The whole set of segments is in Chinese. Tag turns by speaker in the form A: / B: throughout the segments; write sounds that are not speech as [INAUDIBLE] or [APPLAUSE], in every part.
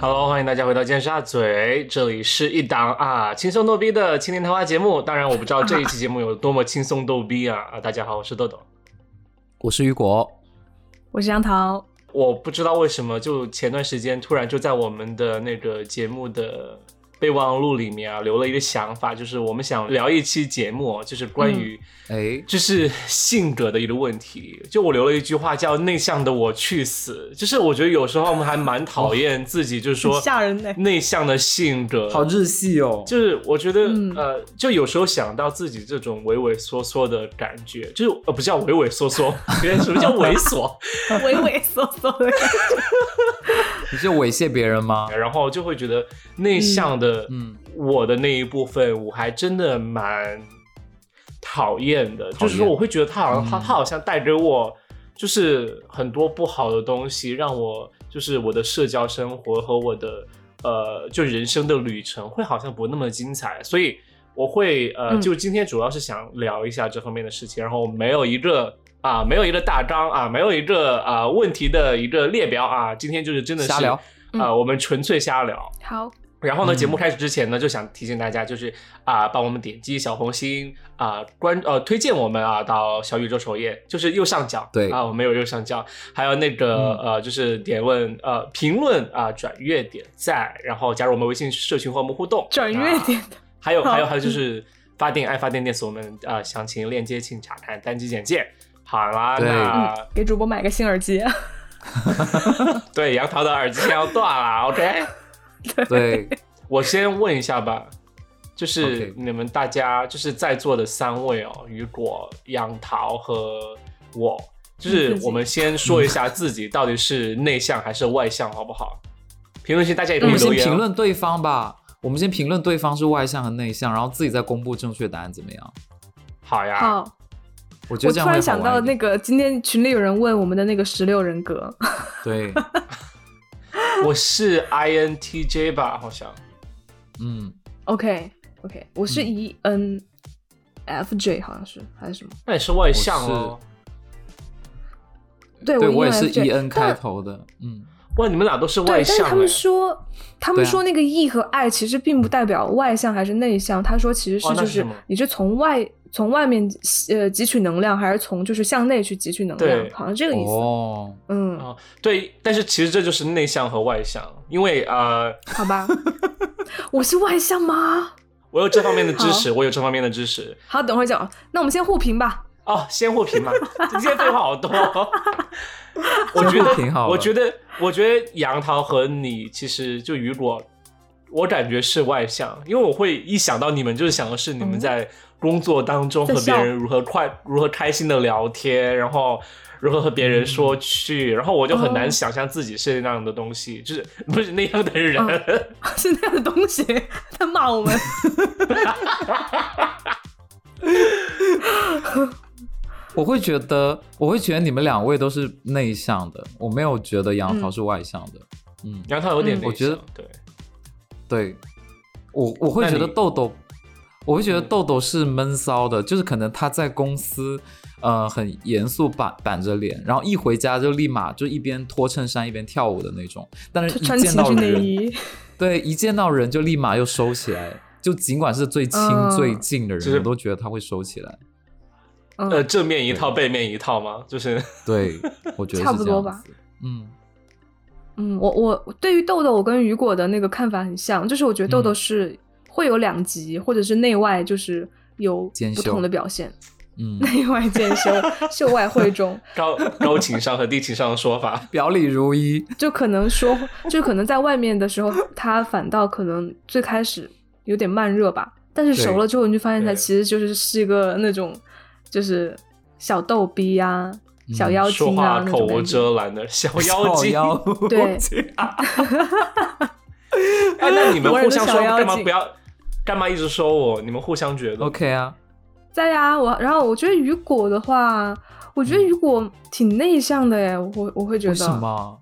A: Hello，欢迎大家回到尖沙咀，这里是一档啊轻松逗逼的青年谈话节目。当然，我不知道这一期节目有多么轻松逗逼啊啊！大家好，我是豆豆。
B: 我是雨果，
C: 我是杨桃，
A: 我不知道为什么，就前段时间突然就在我们的那个节目的备忘录里面啊，留了一个想法，就是我们想聊一期节目哦，就是关于
B: 哎，
A: 就是性格的一个问题。就我留了一句话叫“内向的我去死”，就是我觉得有时候我们还蛮讨厌自己，就是说
C: 很吓人 [LAUGHS] 呢。
A: 内向的性格，
B: 好日系哦，
A: 就是我觉得、
C: 嗯
A: 呃，就有时候想到自己这种畏畏缩缩的感觉，就是呃不叫畏畏缩缩，别什么叫猥琐， [LAUGHS]
C: 畏畏缩缩的感觉，
B: 你是猥亵别人
C: [LAUGHS]
B: 吗？
A: 然后就会觉得内向的、
B: 嗯，
A: 我的那一部分，我还真的蛮讨厌的，
B: 厌
A: 就是说我会觉得他好像、
B: 嗯
A: 他他好像带给我就是很多不好的东西，让我就是我的社交生活和我的呃就人生的旅程会好像不那么精彩，所以我会呃
C: 嗯
A: 就今天主要是想聊一下这方面的事情，然后没有一个。啊，没有一个大纲啊，没有一个啊问题的一个列表啊，今天就是真的是
B: 瞎聊，
A: 啊、
C: 嗯
A: 我们纯粹瞎聊。
C: 好，
A: 然后呢，
B: 嗯
A: 节目开始之前呢，就想提醒大家，就是啊、帮我们点击小红心啊、关呃，推荐我们啊到小宇宙首页，就是右上角，
B: 对嗯
A: 啊，我们有右上角，还有那个、呃，就是点问呃评论啊、转阅点赞，然后加入我们微信社群和我们互动，
C: 转阅
A: 啊
C: 点的，
A: 还有
C: 好
A: 还有还有就是发电爱发电电所，我们啊详情链接请查看单集简介。好啦，
B: 对
A: 那
C: 给主播买个新耳机。 [LAUGHS]
A: 对杨桃的耳机线要断
C: [LAUGHS]
A: 了，OK。
B: 对，
A: 我先问一下吧，就是
B: OK
A: 你们大家就是在座的三位哦，雨果、杨桃和我，就
C: 你
A: 是
C: 自己
A: 我们先说一下自己到底是内向还是外向，好不好？评论区大家也
C: 嗯
A: 可以
B: 我们先
A: 留言
B: 评
A: 哦。
B: 论对方吧，我们先评论对方是外向和内向，然后自己再公布正确答案，怎么样？
A: 好呀，
C: 好，
B: 我觉
C: 我
B: 得
C: 突
B: 这样
C: 然
B: 会好玩
C: 想
B: 一
C: 到那
B: 点
C: 个，今天群里有人问我们的那个十六人格，
B: 对，
C: [LAUGHS]
A: 我是 INTJ 吧，好像。
B: 嗯，
C: OK OK，我是 E N F J 好像是还是什么？
A: 那也是外向哦。
C: 对，
B: 对
C: 我
B: 也是 E N 开
C: 但
B: 头的，嗯，
A: 哇，你们俩都是
C: 对，
A: 外
C: 但是
A: 向
C: 他们
A: 哎！
C: 说，他们
B: 对啊
C: 说那个 E 和 I 其实并不代表外向还是内向，他说其实
A: 哦
C: 是
A: 那
C: 就是
A: 什么
C: 你是从外从外面呃汲取能量，还是从就是向内去汲取能量
A: 对，
C: 好像这个意思。
B: 哦，
C: 嗯，
A: 哦，对，但是其实这就是内向和外向，因为呃，
C: 好吧， [LAUGHS] 我是外向吗？
A: 我有这方面的知识，我有这方面的知识，
C: 好，等会儿讲。那我们先互评吧。 [LAUGHS]
A: 哦，先互评嘛，这些废话好多、我觉
B: 先互评
A: 得，
B: 好了
A: 我觉得，我觉得杨桃和你其实就雨果，我感觉是外向，因为我会一想到你们，就是想的是你们
C: 嗯
A: 在工作当中和
C: 在
A: 别
C: 笑
A: 人如何快、如何开心的聊天，然后。如何和别人说去，然后我就很难
C: 哦
A: 想象自己是那样的东西，就是不是那样的人。
C: 是那样的东西， [LAUGHS] 他骂我
B: [LAUGHS]
C: 们。
B: 我会觉得，我会觉得你们两位都是内向的，我没有觉得杨桃是外向的，嗯，
A: 杨桃有点
C: 嗯
A: 内向，
B: 我觉得
A: 对，
B: 对，我我会
A: 那
B: 觉得
A: 你
B: 豆豆，我会觉得
A: 嗯
B: 豆豆是闷骚的，就是可能他在公司，呃，很严肃板板着脸，然后一回家就立马就一边脱衬衫一边跳舞的那种，但是一
C: 穿
B: 见
C: 情
B: 到
C: 趣内
B: 人，
C: 衣，
B: 对，一见到人就立马又收起来，就尽管是最亲
C: 嗯
B: 最近的
A: 就是
B: 人，我都觉得他会收起来。
C: 嗯，
A: 呃，正面一套，背面一套吗？就是
B: 对，我觉得
C: 差不
B: 是这
C: 多
B: 样
C: 吧
B: 子。嗯，
C: 嗯，我我对于豆豆，我跟雨果的那个看法很像，就是我觉得豆豆
B: 嗯
C: 是会有两极，或者是内外就是有
B: 兼
C: 不
B: 修
C: 同的表现， [LAUGHS]
B: 嗯，
C: 内外兼
B: [LAUGHS]
C: 修，秀外慧中，
A: 高 [LAUGHS] 高情商和低情商的说法。
C: [LAUGHS]
B: 表里
A: [LAUGHS]
B: 如一。
C: 就可能说， [LAUGHS] 就可能在外面的时候，他反倒可能最开始有点慢热吧，但是熟了之后，你就发现他
A: 对
C: 其实就是是一个那种就是小逗逼呀、
B: 嗯
C: 小妖
A: 说
C: 精
A: 话
C: 啊那
A: 口
C: 种
A: 无
C: 感觉。
A: 遮拦的小妖精。
B: 小
C: 对
B: 精
A: 哎，那
C: [LAUGHS]
A: 你们互相说
C: 我是小妖
A: 干
C: 精
A: 嘛不要？干嘛一直说我？你们互相觉得
B: [LAUGHS] ，OK 啊，
C: 在呀，我然后我觉得雨果的话，我觉得雨果挺内向的哎，我我会觉
B: 为
C: 得
B: 什么？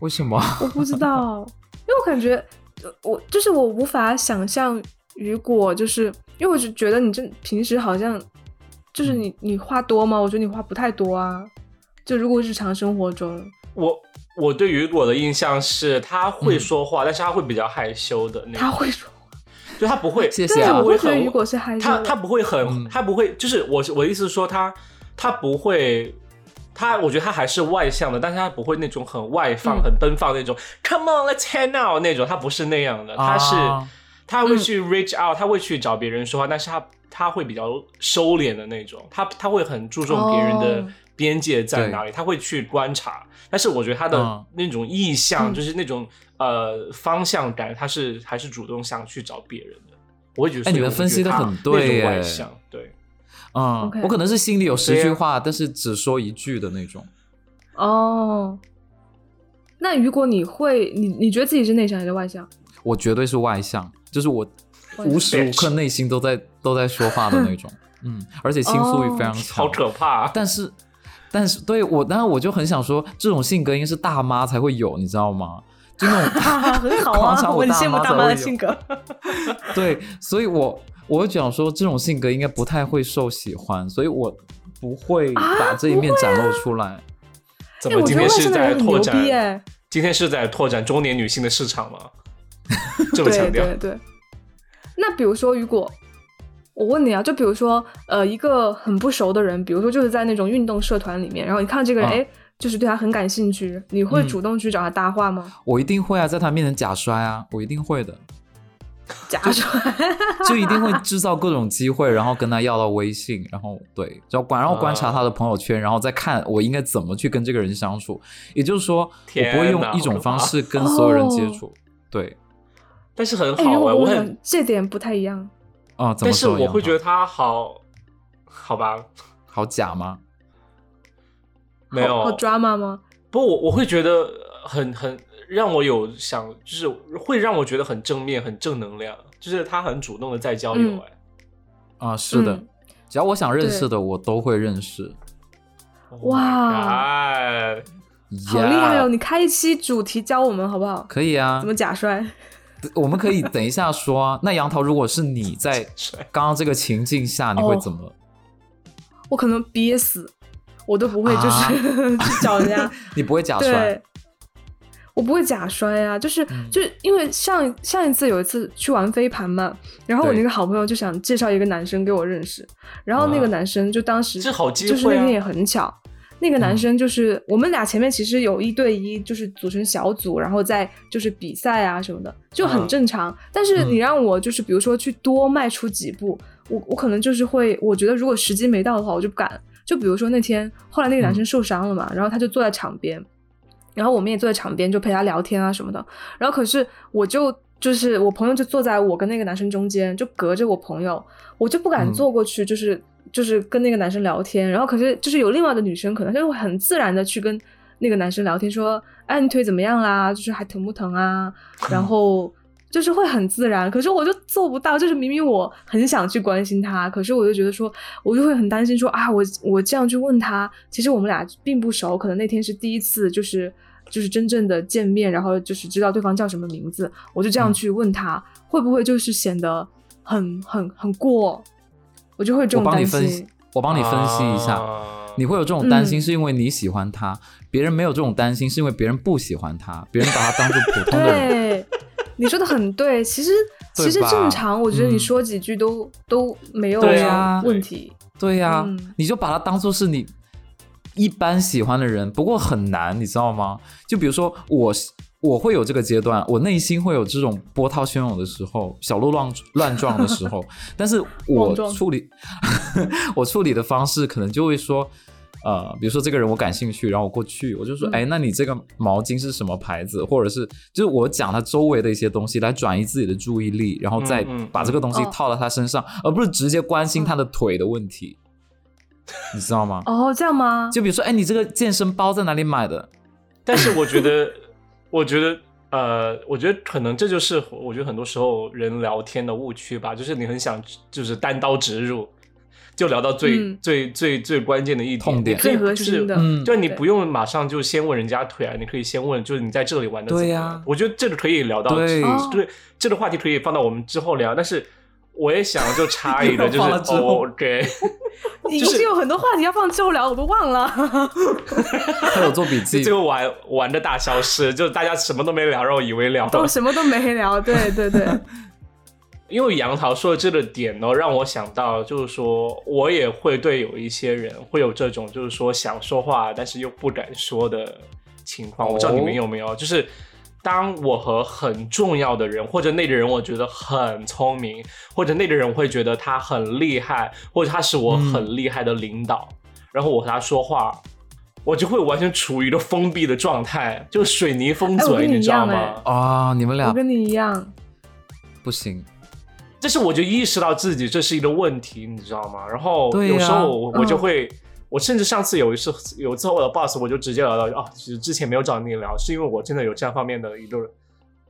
B: 为什么？
C: 我不知道，因为我感觉呃我就是我无法想象雨果，就是因为我就觉得你这平时好像嗯就是你你话多吗？我觉得你话不太多啊，就如果日常生活中，
A: 我我对雨果的印象是他会说话，但是他会比较害羞的那
C: 嗯他
A: 种，
C: 会说，
A: 就他不会，
B: 谢谢
C: 但是
B: 啊
C: 我
A: 不会
C: 会觉得
A: 很
C: 雨果是害羞
A: 他
C: 的，
A: 他不会很，
B: 嗯
A: 他不会，就是我是我的意思是说他他不会，他我觉得他还是外向的，但是他不会那种很外放、
C: 嗯
A: 很奔放那种，Come on, let's hang out 那种，他不是那样的，他是、
B: 啊
A: 他会去
C: 嗯
A: reach out，、他会去找别人说话，但是他他会比较收敛的那种，他他会很注重别人的
C: 哦
A: 边界在哪里，他会去观察，但是我觉得他的
B: 嗯
A: 那种意向、
C: 嗯
A: 就是那种呃方向感，他是还是主动想去找别人的。我会觉得，
B: 哎你
A: 所以我
B: 们
A: 会
B: 分
A: 觉
B: 析
A: 得
B: 得
A: 他
B: 很对
A: 那种外
B: 耶
A: 向，对，
B: 嗯
C: OK
B: 我可能是心里有十
A: 对
B: 句
A: 呀
B: 话，但是只说一句的那种。
C: 哦。那雨果，你会你你觉得自己是内向还是外向？
B: 我绝对是外向，就是我
C: 外向
B: 无时无刻内心都在都在说话的那
C: [LAUGHS]
B: 种。嗯，而且倾诉
C: 哦
B: 欲非常强。
A: 好可怕、啊。
B: 但是，但是对我，当然我就很想说，这种性格应该是大妈才会有，你知道吗？就那种
C: [LAUGHS] 很
A: [LAUGHS]
C: 好
B: 狂
C: 啊，
B: 想
C: 我
B: 我
C: 很羡慕大
B: 大妈才
C: 妈的
B: 会有
C: 性格。
B: 对，所以我我就想说，这种性格应该不太会受喜欢，所以我不会
C: 啊
B: 把这一面展露出来。
A: 怎
C: 哎，
A: 么
C: 我觉
A: 今
C: 得外
A: 天是
C: 向的
A: 在
C: 人很
A: 拓
C: 牛
A: 展？
C: 逼哎，
A: 今天是在拓展中年女性的市场吗？这么
C: 对
A: 强调，
C: 对对。那比如说，雨果，我问你啊，就比如说，呃，一个很不熟的人，比如说就是在那种运动社团里面，然后你看到这个人，
B: 啊
C: 哎、就是对他很感兴趣，你会
B: 嗯
C: 主动去找他搭话吗？
B: 我一定会啊，在他面前假摔啊，我一定会的，
C: 假装 [LAUGHS]
B: 就一定会制造各种机会，然后跟他要到微信，然后对，然后
C: 哦
B: 观然后观察他的朋友圈，然后再看我应该怎么去跟这个人相处。也就是说，我
A: 天
B: 不会用
A: 哪
B: 一
A: 好
B: 种
A: 可
B: 方
A: 怕
B: 式跟所有人接
C: 哦
B: 触。对，
A: 但是很
C: 哎，
A: 好
C: 如
A: 哎、
C: 果
A: 我
C: 我
A: 很
C: 想，这点不太一样。
B: 啊、怎么
A: 但是
B: 说一
A: 我
B: 样
A: 会
B: 啊
A: 觉得他好，好吧，
B: 好假吗？
A: 没有
C: 好好 drama 吗？
A: 不，我我会觉得很很让我有想，就是会让我觉得很正面、很正能量，就是他很主动的在交友
C: 嗯
A: 哎、
B: 啊、是的，
C: 嗯
B: 只要我想认
C: 对
B: 识的，我都会认识。
A: Oh 哇，
C: 好厉害哦！
B: Yeah，
C: 你开一期主题教我们好不好？
B: 可以啊
C: 怎，么假摔？
B: 我们可以等一下说啊。 [LAUGHS] 那杨桃，如果是你在刚刚这个情境下，你会
C: 哦
B: 怎么？
C: 我可能憋死，我都不会就是、
B: 啊
C: [LAUGHS] 去找人家。
B: 你不会假摔
C: 对，我不会假摔啊，就是、
B: 嗯
C: 就是因为上上一次有一次去玩飞盘嘛，然后我
B: 对
C: 那个好朋友就想介绍一个男生给我认识，然后
B: 啊
C: 那个
A: 哇
C: 男生就当时
A: 这好机
C: 就是
A: 会
C: 那
A: 啊
C: 天也很巧。那个男
B: 嗯
C: 生就是、我们俩前面其实有一对一，就是组成小组，然后再就是比赛啊什么的，就很
A: 嗯
C: 正常。但是
B: 嗯
C: 你让我就是比如说去多迈出几步，我我可能就是会，我觉得如果时机没到的话，我就不敢。就比如说那天，后来那个
B: 嗯
C: 男生受伤了嘛，然后他就坐在场边，然后我们也坐在场边就陪他聊天啊什么的。然后可是我就就是我朋友就坐在我跟那个男生中间，就隔着我朋友，我就不敢
B: 嗯
C: 坐过去，就是、就是跟那个男生聊天。然后可是就是有另外的女生，可能她就会很自然的去跟那个男生聊天，说：“哎，你腿怎么样啦？就是还疼不疼啊？”然后就是会很自然，可是我就做不到。就是明明我很想去关心他，可是我就觉得说，我就会很担心说啊，我我这样去问他，其实我们俩并不熟，可能那天是第一次，就是就是真正的见面，然后就是知道对方叫什么名字，我就这样
B: 嗯
C: 去问他，会不会就是显得很很很过？我就会有这
B: 我
C: 种
B: 帮你
C: 担
B: 分
C: 心
B: 析，。我帮你分析一下。
A: 啊
B: 你会有这种担心，
C: 嗯
B: 是因为你喜欢他；别人没有这种担心，是因为别人不喜欢他，别人把他当做普通的人。
C: 对，你说的
B: [LAUGHS]
C: 很对。其实
B: 对
C: 其实
B: 吧
C: 正常，我觉得你
B: 嗯
C: 说几句都、都没有
B: 对
C: 什么
B: 啊
C: 问题。
B: [LAUGHS] 对呀、
C: 嗯
B: 你就把他当做是你一般喜欢的人，不过很难，你知道吗？就比如说我是，我会有这个阶段，我内心会有这种波涛汹涌的时候，小鹿乱乱撞的时
C: [LAUGHS]
B: 候，但是我
C: 乱撞
B: 处理 [LAUGHS] 我处理的方式可能就会说。呃，比如说这个人我感兴趣，然后我过去，我就说，
C: 嗯
B: 哎、那你这个毛巾是什么牌子？或者是就是我讲他周围的一些东西来转移自己的注意力，然后再
A: 嗯嗯
B: 把这个东西
C: 哦
B: 套到他身上，而不是直接关心他的腿的问题。
A: [LAUGHS]
B: 你知道吗？
C: 哦，这样吗？
B: 就比如说，哎，你这个健身包在哪里买的？
A: 但是我觉得， [LAUGHS] 我觉得，呃，我觉得可能这就是我觉得很多时候人聊天的误区吧，就是你很想就是单刀直入，就聊到最、
C: 嗯
A: 最最最关键的一点
B: 痛点
A: 你可以
C: 最核
A: 就是
C: 心的
B: 嗯
A: 就你
C: 对
A: 不用马上就先问人家腿啊，你可以先问，就是你在这里玩的怎么
B: 对
A: 样？
B: 呀
C: 哦
A: 我觉得这个可以聊到
B: 对
A: 对这个话题可以放到我们之后聊，但是。我也想就插一个，
B: 又
A: 就是哦
B: [LAUGHS] 放了之后 [LAUGHS]
A: OK，
C: 你
A: 就
C: 不
A: 是
C: 是有很多话题要放之后聊，我都忘了。
B: 他有做
A: [LAUGHS]
B: 笔记，
A: 最后玩玩的大消失，就大家什么都没聊，让我以为聊
C: 都
A: 了。
C: [LAUGHS] 什么都没聊，对
A: [LAUGHS]
C: 对对，
A: 啊因为杨桃说的这个点呢，让我想到就是说，我也会对有一些人会有这种就是说想说话但是又不敢说的情况。
B: 哦
A: 我不知道你们有没有，就是当我和很重要的人，或者那个人我觉得很聪明，或者那个人会觉得他很厉害，或者他是我
C: 嗯
A: 很厉害的领导，然后我和他说话。我就会完全处于一个封闭的状态，就水泥封
C: 哎我
A: 嘴，
C: 跟你
A: 知道
C: 一样哎
A: 吗？
B: 啊、你们
C: 我
B: 俩
C: 跟你一样，
B: 不行，
A: 但是我就意识到自己这是一个问题，你知道吗？然后
B: 对呀
A: 有时候我
C: 嗯
A: 我就会，我甚至上次有一次有一次和我的 boss，我就直接聊到啊，其实之前没有找你聊，是因为我真的有这样方面的一个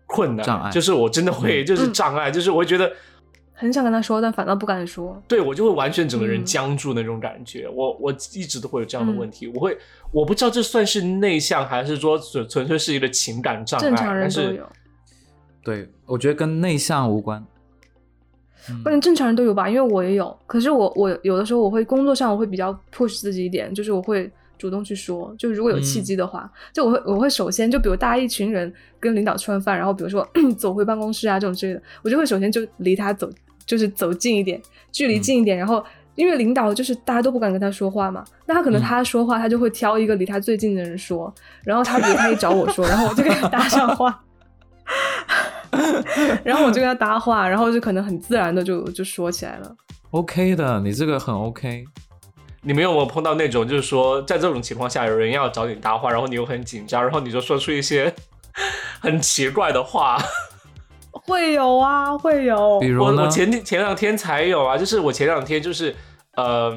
A: 困难，
B: 障碍
A: 就是我真的会就是
C: 嗯
A: 障碍，就是我会觉得
C: 很想跟他说，但反倒不敢说。
A: 对我就会完全整个人
C: 嗯
A: 僵住那种感觉。我我一直都会有这样的问题，我会我不知道这算是内向还是说纯纯粹是一个情感障碍，
C: 正常人
A: 但
C: 都
A: 是
C: 有，
B: 对我觉得跟内向无关。嗯
C: 关键正常人都有吧，因为我也有。可是我我有的时候我会工作上我会比较 push 自己一点，就是我会主动去说，就如果有
B: 嗯
C: 契机的话，就我会我会首先就比如大家一群人跟领导吃完饭，然后比如说 [CLEARS THROAT] 走回办公室啊这种之类的，我就会首先就离他走，就是走近一点，距
B: 嗯
C: 离近一点，然后。因为领导就是大家都不敢跟他说话嘛，那他可能
B: 嗯
C: 他说话，他就会挑一个离他最近的人说，然后他比如他一找我说，然后我就跟他搭上话， [LAUGHS] 然后我就跟他搭话，然后就可能很自然的就就说起来了。
B: OK 的，你这个很 OK。
A: 你们有没有碰到那种，就是说在这种情况下，有人要找你搭话，然后你又很紧张，然后你就说出一些 [LAUGHS] 很奇怪的话？
C: 会有啊，会有
B: 比。如
A: 哦我
B: 呢
A: 我？前天前两天才有啊，就是我前两天就是，呃，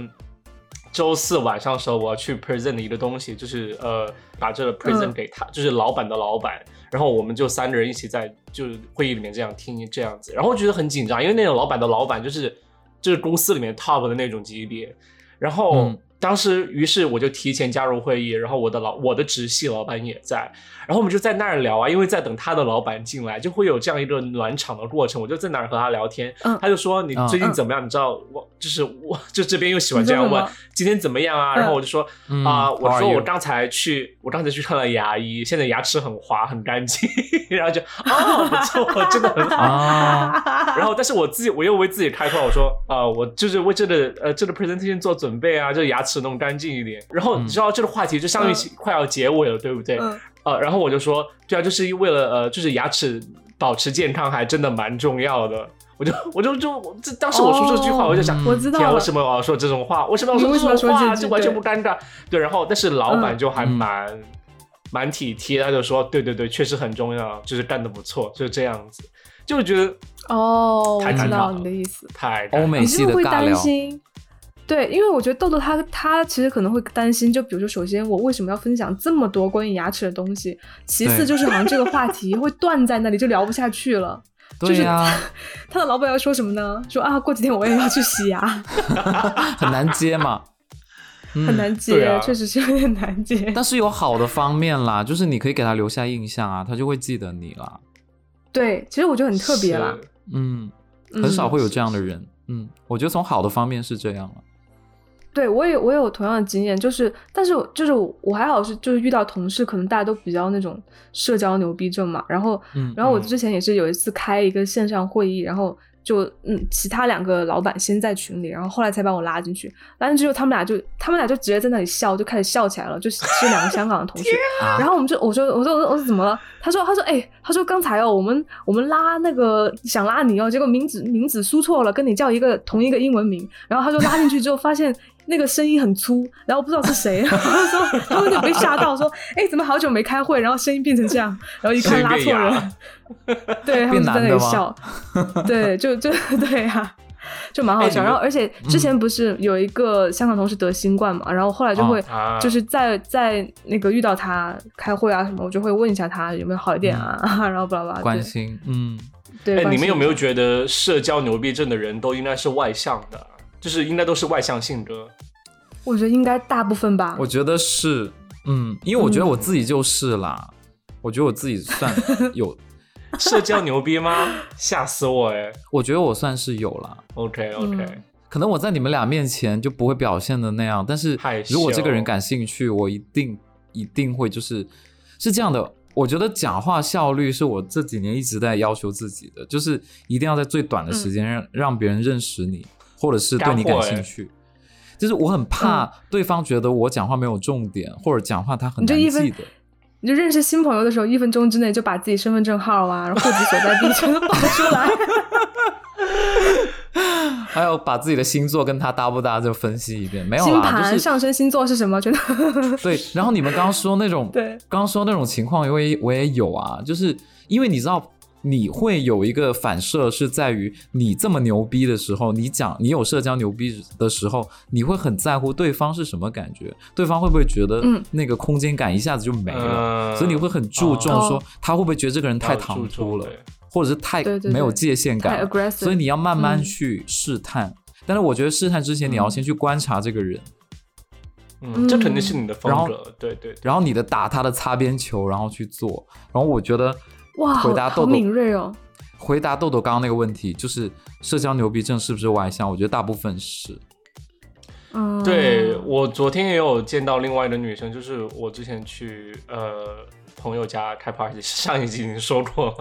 A: 周四晚上的时候，我要去 present 一个东西，就是呃，把这个 present
C: 嗯
A: 给他，就是老板的老板，然后我们就三个人一起在就是会议里面这样听这样子，然后我觉得很紧张，因为那种老板的老板就是就是公司里面 top 的那种级别，然后。
B: 嗯
A: 当时，于是我就提前加入会议，然后我的老我的直系老板也在，然后我们就在那儿聊啊，因为在等他的老板进来，就会有这样一个暖场的过程。我就在那儿和他聊天，
C: 嗯
A: 他就说你
B: 嗯
A: 最近怎么样？你知道我就是我就这边又喜欢这样
C: 你说
A: 问
C: 什么，
A: 今天怎么样啊？
C: 嗯
A: 然后我就说
B: 嗯
A: 啊、
B: how
A: 我
B: are
A: 说我
B: you？
A: 刚才去我刚才去看了牙医，现在牙齿很滑很干净， [LAUGHS] 然后就哦不错，真的很好。
B: 啊，
A: 然后，但是我自己，我又为自己开脱，我说啊、我就是为这个呃这个 presentation 做准备啊，这牙齿弄干净一点。然后
B: 嗯
A: 你知道这个话题就相当于
C: 嗯
A: 快要结尾了，对不对？
C: 嗯，
A: 呃，然后我就说，对啊，就是为了呃，就是牙齿保持健康还真的蛮重要的。我就我就就我这当时我说这句话，
C: 哦
A: 我就想，
B: 嗯
C: 我知道
A: 天啊，
C: 了
A: 为。什么我要说这种话？为什么要说
C: 你为什么
A: 这种
C: 要说
A: 话？
C: 这句
A: 这完全
C: 对
A: 不尴尬。对，然后但是老板
C: 嗯
A: 就还
B: 嗯
A: 蛮、蛮体贴，他就说，对对对，确实很重要，就是干得不错，就是这样子。就觉得
C: 哦，
A: 太
C: 我
A: 尴
C: 知
A: 尬
C: 道
A: 了
C: 你的意思。
A: 太尴
B: 欧美
C: 你是
B: 系
C: 不
B: 的
C: 是会
B: 尬
C: 担
B: 聊，
C: 心？对，因为我觉得豆豆他他其实可能会担心，就比如说，首先我为什么要分享这么多关于牙齿的东西？其
B: 对
C: 次就是好像这个话题会断在那里，就聊不下去了。
B: 对呀、
C: 他的老板要说什么呢？说啊，过几天我也要去洗牙，
B: 嗯很难
C: [LAUGHS]
B: 接嘛，嗯
C: 很。难接，
A: 对啊
C: 确实是有点难接。
B: 但是有好的方面啦，就是你可以给他留下印象啊，他就会记得你啦。
C: 对，其实我觉得很特别啦
A: 是，
B: 嗯，
C: 嗯
B: 很少会有这样的人。嗯，我觉得从好的方面是这样了。
C: 对我也我也有同样的经验，就是但是我就是我我还好是就是遇到同事，可能大家都比较那种社交牛逼症嘛。然后
B: 嗯
C: 然后我
A: 嗯
C: 之前也是有一次开一个线上会议，然后就嗯其他两个老板先在群里，然后后来才把我拉进去，拉进去之后他们俩就他们俩就直接在那里笑，就开始笑起来了，就是 [LAUGHS] 是两个香港的同事。
B: 啊
C: 然后我们就我说我说我说我说怎么了？他说他说哎他说刚才哦我们我们拉那个想拉你哦，结果名字名字输错了，跟你叫一个同一个英文名。然后他说拉进去之后发现那个声音很粗，然后不知道是谁， [LAUGHS] 然后说他们就被吓到，说哎怎么好久没开会，然后声音变成这样，然后一看拉错
A: 声音
C: 人
A: 变哑，
C: 对他们就
B: 变
C: 在
B: 男
C: 那
B: 的
C: 里
B: 吗
C: 笑，对就就对啊。就蛮
A: 哎
C: 好
A: 你
C: 笑，
A: 们
C: 然后而且之
B: 嗯
C: 前不是有一个香港同事得新冠嘛，然后后来就
B: 啊
C: 会
A: 啊
C: 就是在在那个遇到他开会啊什么，我就会问一下他有没有好一点啊， [LAUGHS] 然后巴拉巴拉。
B: 关心，嗯，
C: 对，
A: 哎，
C: 关
A: 你
C: 心
A: 们有没有觉得社交牛逼症的人都应该是外向的，就是应该都是外向性格？
C: 我觉得应该大部分吧
B: 我。觉得
C: 嗯
B: 是，嗯，因为我觉得我自己就是啦，我觉得我自己算有 [LAUGHS]
A: 社交牛逼吗？ [LAUGHS] 吓死我哎
B: 我觉得我算是有啦，
A: ！OK OK，、
C: 嗯
B: 可能我在你们俩面前就不会表现的那样，但是
A: 害羞
B: 如果这个人感兴趣，我一定一定会就是是这样的。我觉得讲话效率是我这几年一直在要求自己的，就是一定要在最短的时间让、让别人认识
A: 嗯
B: 你，或者是对你
A: 干
B: 感
A: 货欸
B: 兴趣。就是我很怕对方觉得我讲话没有重点，或者讲话他很
C: 你这
B: 难
C: 一分
B: 记得。
C: 你就认识新朋友的时候，一分钟之内就把自己身份证号啊、户籍所在地 [LAUGHS] 全都报出来。
B: 还有把自己的星座跟他搭不搭就分析一遍，没
C: [LAUGHS]
B: 有
C: 星
B: 啦，
C: 盘、
B: 就是
C: 上升星座是什么？真的
B: 对。然后你们刚刚说那种，
C: 对
B: 刚刚说那种情况，因为我也有啊，就是因为你知道，你会有一个反射是在于你这么牛逼的时候，你讲你有社交牛逼的时候，你会很在乎对方是什么感觉，对方会不会觉得
C: 嗯
B: 那个空间感一下子就没了，
A: 嗯
B: 所以你会很注重
C: 哦
B: 说他会不会觉得这个人太
A: 要
B: 唐
A: 注
B: 突
A: 重
B: 了，
A: 对
B: 或者是太
C: 对对对
B: 没有界限感
C: 太
B: 了，
C: aggressive。
B: 所以你要慢慢
C: 嗯
B: 去试探。但是我觉得试探之前，你要先去观察这个人，
A: 嗯，这肯定
C: 嗯
A: 是你的风
B: 然后
A: 格，对对对，
B: 然后你的打他的擦边球，然后去做。然后我觉得
C: 哇，好
B: 回答
C: 好
B: 豆豆
C: 敏锐哦。
B: 回答豆豆刚刚那个问题，就是社交牛逼症是不是外向？我觉得大部分是。
C: 嗯，
A: 对我昨天也有见到另外的女生，就是我之前去呃朋友家开 party，上一集已经说过了，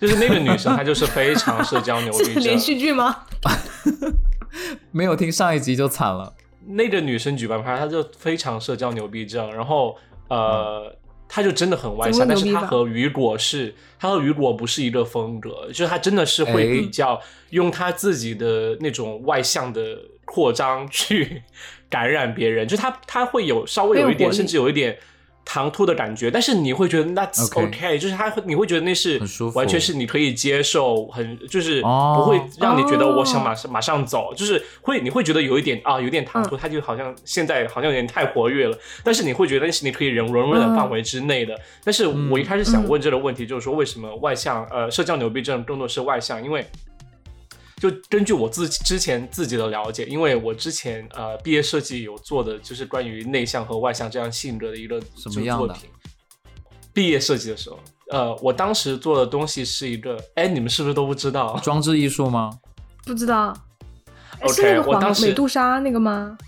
A: 就是那个女生她就是非常社交牛逼
C: [LAUGHS] 是连
A: 症。
C: 续剧吗？
B: 没有听上一集就惨了，
A: 那个女生举办 party，她就非常社交牛逼症，然后呃。她就真的很外
C: 怎么
A: 向，
C: 会
A: 但
C: 牛
A: 是
C: 逼
A: 她
C: 吧
A: 和雨果是，她和雨果不是一个风格，就是她真的是会
B: 哎
A: 比较用她自己的那种外向的扩张去感染别人，就她她会有稍微有一
C: 很有
A: 点，
C: 活力
A: 甚至有一点唐突的感觉，但是你会觉得那 's
B: OK
A: OK，就是她会你会觉得那是
B: 很舒服
A: 完全是你可以接受，很就是
B: 哦
A: 不会让你觉得我想
C: 哦
A: 马上马上走，就是会你会觉得有一点啊，有点
B: 嗯
A: 唐突，他就好像现在好像有点太活跃了，但是你会觉得是你可以容容忍的范围之内的。但是我一开始想问这个问题，就是说为什么外向呃社交牛逼症更多是外向，因为。就根据我自己之前自己的了解，因为我之前呃毕业设计有做的就是关于内向和外向这样性格的一个
B: 什
A: 就
B: 么
A: 是
B: 样
A: 作
B: 的
A: 品。毕业设计的时候，呃，我当时做的东西是一个，哎，你们是不是都不知道？
B: 装置艺术吗？
C: 不知道。哎
A: OK，
C: 是那个
A: 我
C: 黄
A: 当时
C: 美杜莎那个吗？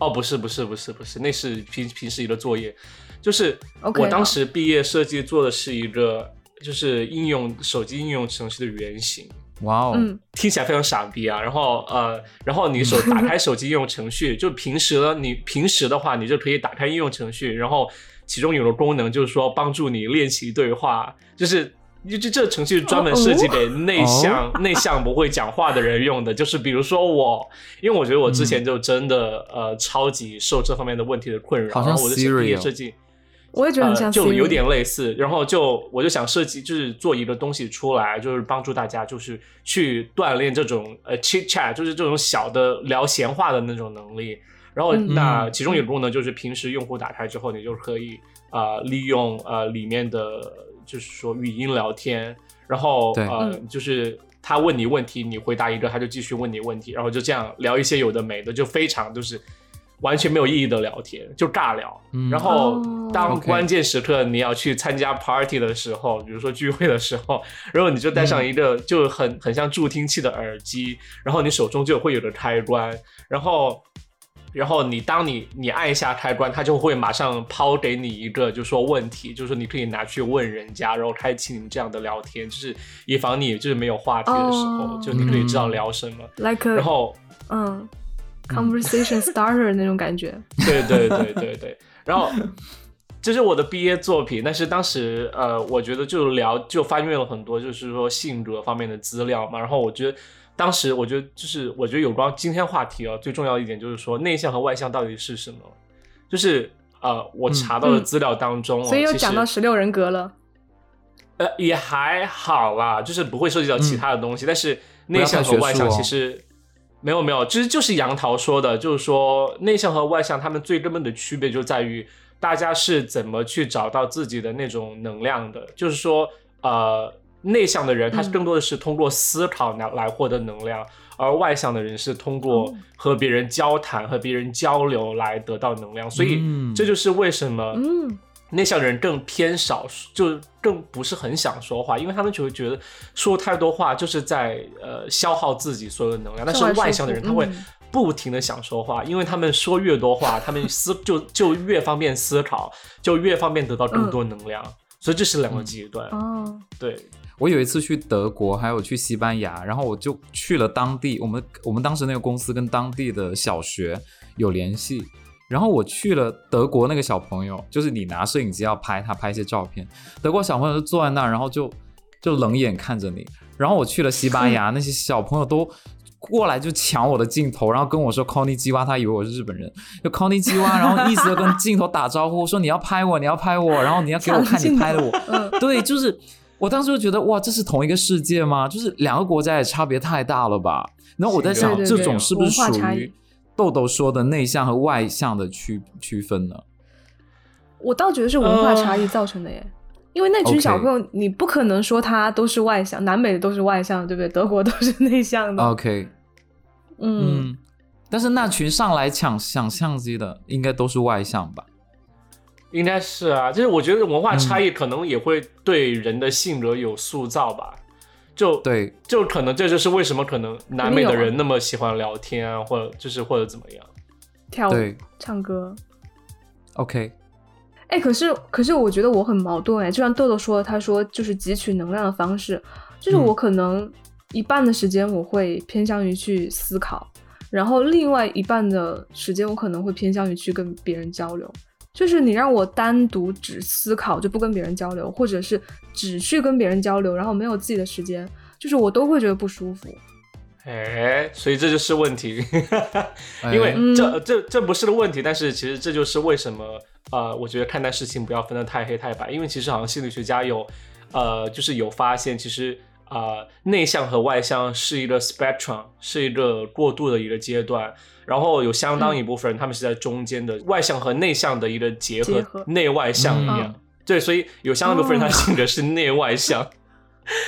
A: 哦，不是，不是，不是，不是，那是平平时一个作业，就是
C: OK，
A: 我当时毕业设计做的是一个，就是应用手机应用程序的原型，
B: 哇哦，
C: 嗯，
A: 听起来非常傻逼啊。然后呃，然后你手打开手机应用程序，就平时呢，你平时的话，你就可以打开应用程序，然后其中有个功能就是说帮助你练习对话，
B: [LAUGHS]
A: 就是。就这这程序专门设计给内向、内向不会讲话的人用的，就是比如说我，因为我觉得我之前就真的、呃超级受这方面的问题的困扰，
B: 好像
A: 然后我就想毕业
B: Siri 哦
A: 设计，
C: 我也觉得很
A: 呃，
C: 像 Siri、
A: 就有点类似。然后就我就想设计，就是做一个东西出来，就是帮助大家，就是去锻炼这种呃 chit chat，就是这种小的聊闲话的那种能力。然后
C: 嗯
A: 那
B: 嗯
A: 其中有个功能就是，平时用户打开之后，你就可以啊、呃利用呃里面的就是说语音聊天，然后
B: 对
A: 呃
C: 嗯
A: 就是。他问你问题，你回答一个，他就继续问你问题，然后就这样聊一些有的没的，就非常就是完全没有意义的聊天，就尬聊。
B: 嗯
A: 然后
C: 哦
A: 当
B: OK
A: 关键时刻你要去参加 party 的时候，比如说聚会的时候，然后你就戴
B: 嗯
A: 上一个就很很像助听器的耳机，然后你手中就会有个开关，然后。然后你当你你按一下开关，它就会马上抛给你一个，就说问题，就是你可以拿去问人家，然后开启你们这样的聊天，就是以防你就是没有话题的时候，
C: 哦
A: 就你可以知道
B: 嗯
A: 聊什么。
C: like a
A: 然后
C: 嗯，conversation starter 那种感觉。
A: 对对对对对，然后这是我的毕业作品，但是当时呃，我觉得就聊就翻阅了很多，就是说性格方面的资料嘛，然后我觉得。当时我觉得就是，我觉得有关今天话题啊，最重要一点就是说内向和外向到底是什么？就是呃，我查到的
C: 嗯
A: 资料当中、啊
C: 所以又
A: 其实
C: 讲到十六人格了。
A: 呃，也还好啦，就是不会涉及到其他的东西。但是内向和外向其实没有没有，其实就是杨桃说的，就是说内向和外向他们最根本的区别就在于大家是怎么去找到自己的那种能量的。就是说，呃，内向的人他
C: 嗯
A: 更多的是通过思考来来获得能量，而外向的人是通过
C: 哦
A: 和别人交谈、和别人交流来得到能量。所以
B: 嗯
A: 这就是为什么
C: 嗯，
A: 内向的人更偏少，就更不是很想说话，因为他们就会觉得说太多话就是在呃消耗自己所有的能量。但是
C: 消耗
A: 外向的人
C: 输
A: 他
C: 出
A: 会
C: 嗯
A: 不停的想说话，因为他们说越多话，他们思就就越方便思考，就越方便得到
C: 嗯
A: 更多能量。所以这是两个极端，
C: 哦，
A: 对，
B: 我有一次去德国，还有去西班牙，然后我就去了当地，我们我们当时那个公司跟当地的小学有联系，然后我去了德国那个小朋友，就是你拿摄影机要拍他拍一些照片，德国小朋友就坐在那儿，然后就就冷眼看着你，然后我去了西班牙，那些小朋友都。过来就抢我的镜头，然后跟我说 “Conny 鸡蛙”，他以为我是日本人，就 “Conny 鸡蛙”，然后一直跟镜头打招呼，说你要拍我，你要拍我，然后你要给我看你拍的我，
C: 嗯，
B: 对，就是我当时就觉得哇，这是同一个世界吗？就是两个国家也差别太大了吧？然后我在
A: 是
B: 想，
A: 对
B: 这
A: 对
B: 种
A: 对
B: 是不是
C: 文化
B: 属
C: 差
B: 于
C: 异
B: 豆豆说的内向和外向的区区分呢？
C: 我倒觉得是文化差异造成的耶。因为那群
B: OK
C: 小朋友你不可能说他都是外向，南美的都是外向，对不对？德国都是内向的。
B: ？OK，
C: 嗯，
B: 哦嗯，但是那群上来抢抢相机的，应该都是外向吧？
A: 应该是啊。就是我觉得文化差异可能也会对人的性格有塑造吧，就
B: 对，
A: 就可能这就是为什么可能南美的
C: 肯定有啊
A: 人那么喜欢聊天啊，或者就是或者怎么样。
C: 跳舞
B: 对、
C: 唱歌。
B: o k
C: 哎，可是可是，我觉得我很矛盾哎。就像豆豆说的，他说就是汲取能量的方式，就是
B: 嗯
C: 我可能一半的时间我会偏向于去思考，然后另外一半的时间我可能会偏向于去跟别人交流。就是你让我单独只思考，就不跟别人交流，或者是只去跟别人交流，然后没有自己的时间，就是我都会觉得不舒服。
A: 哎，所以这就是问题，
B: 哎
A: 因为
C: 嗯
A: 这、这这不是个问题，但是其实这就是为什么呃，我觉得看待事情不要分得太黑太白，因为其实好像心理学家有呃，就是有发现，其实呃，内向和外向是一个 spectrum，是一个过渡的一个阶段，然后有相
C: 嗯
A: 当一部分人他们是在中间的外向和内向的一个结合，
C: 结合嗯
A: 内外向一样，对，所以有相当一部分人他
C: 哦
A: 性格是内外向。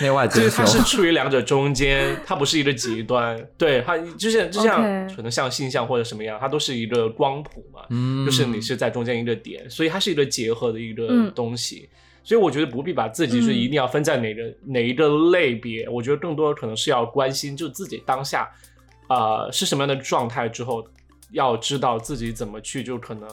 B: 内外
A: 就
B: 兼
A: 是
B: 修
A: 它，是处于两者中间，它不是一个极端，对它就像就像
C: OK
A: 可能像性向或者什么样，它都是一个光谱嘛，[LAUGHS]
B: 嗯，
A: 就是你是在中间一个点，所以它是一个结合的一个
C: 嗯
A: 东西。所以我觉得不必把自己是
C: 嗯
A: 一定要分在哪个、哪一个类别，我觉得更多的可能是要关心就自己当下，呃是什么样的状态之后，要知道自己怎么去就可能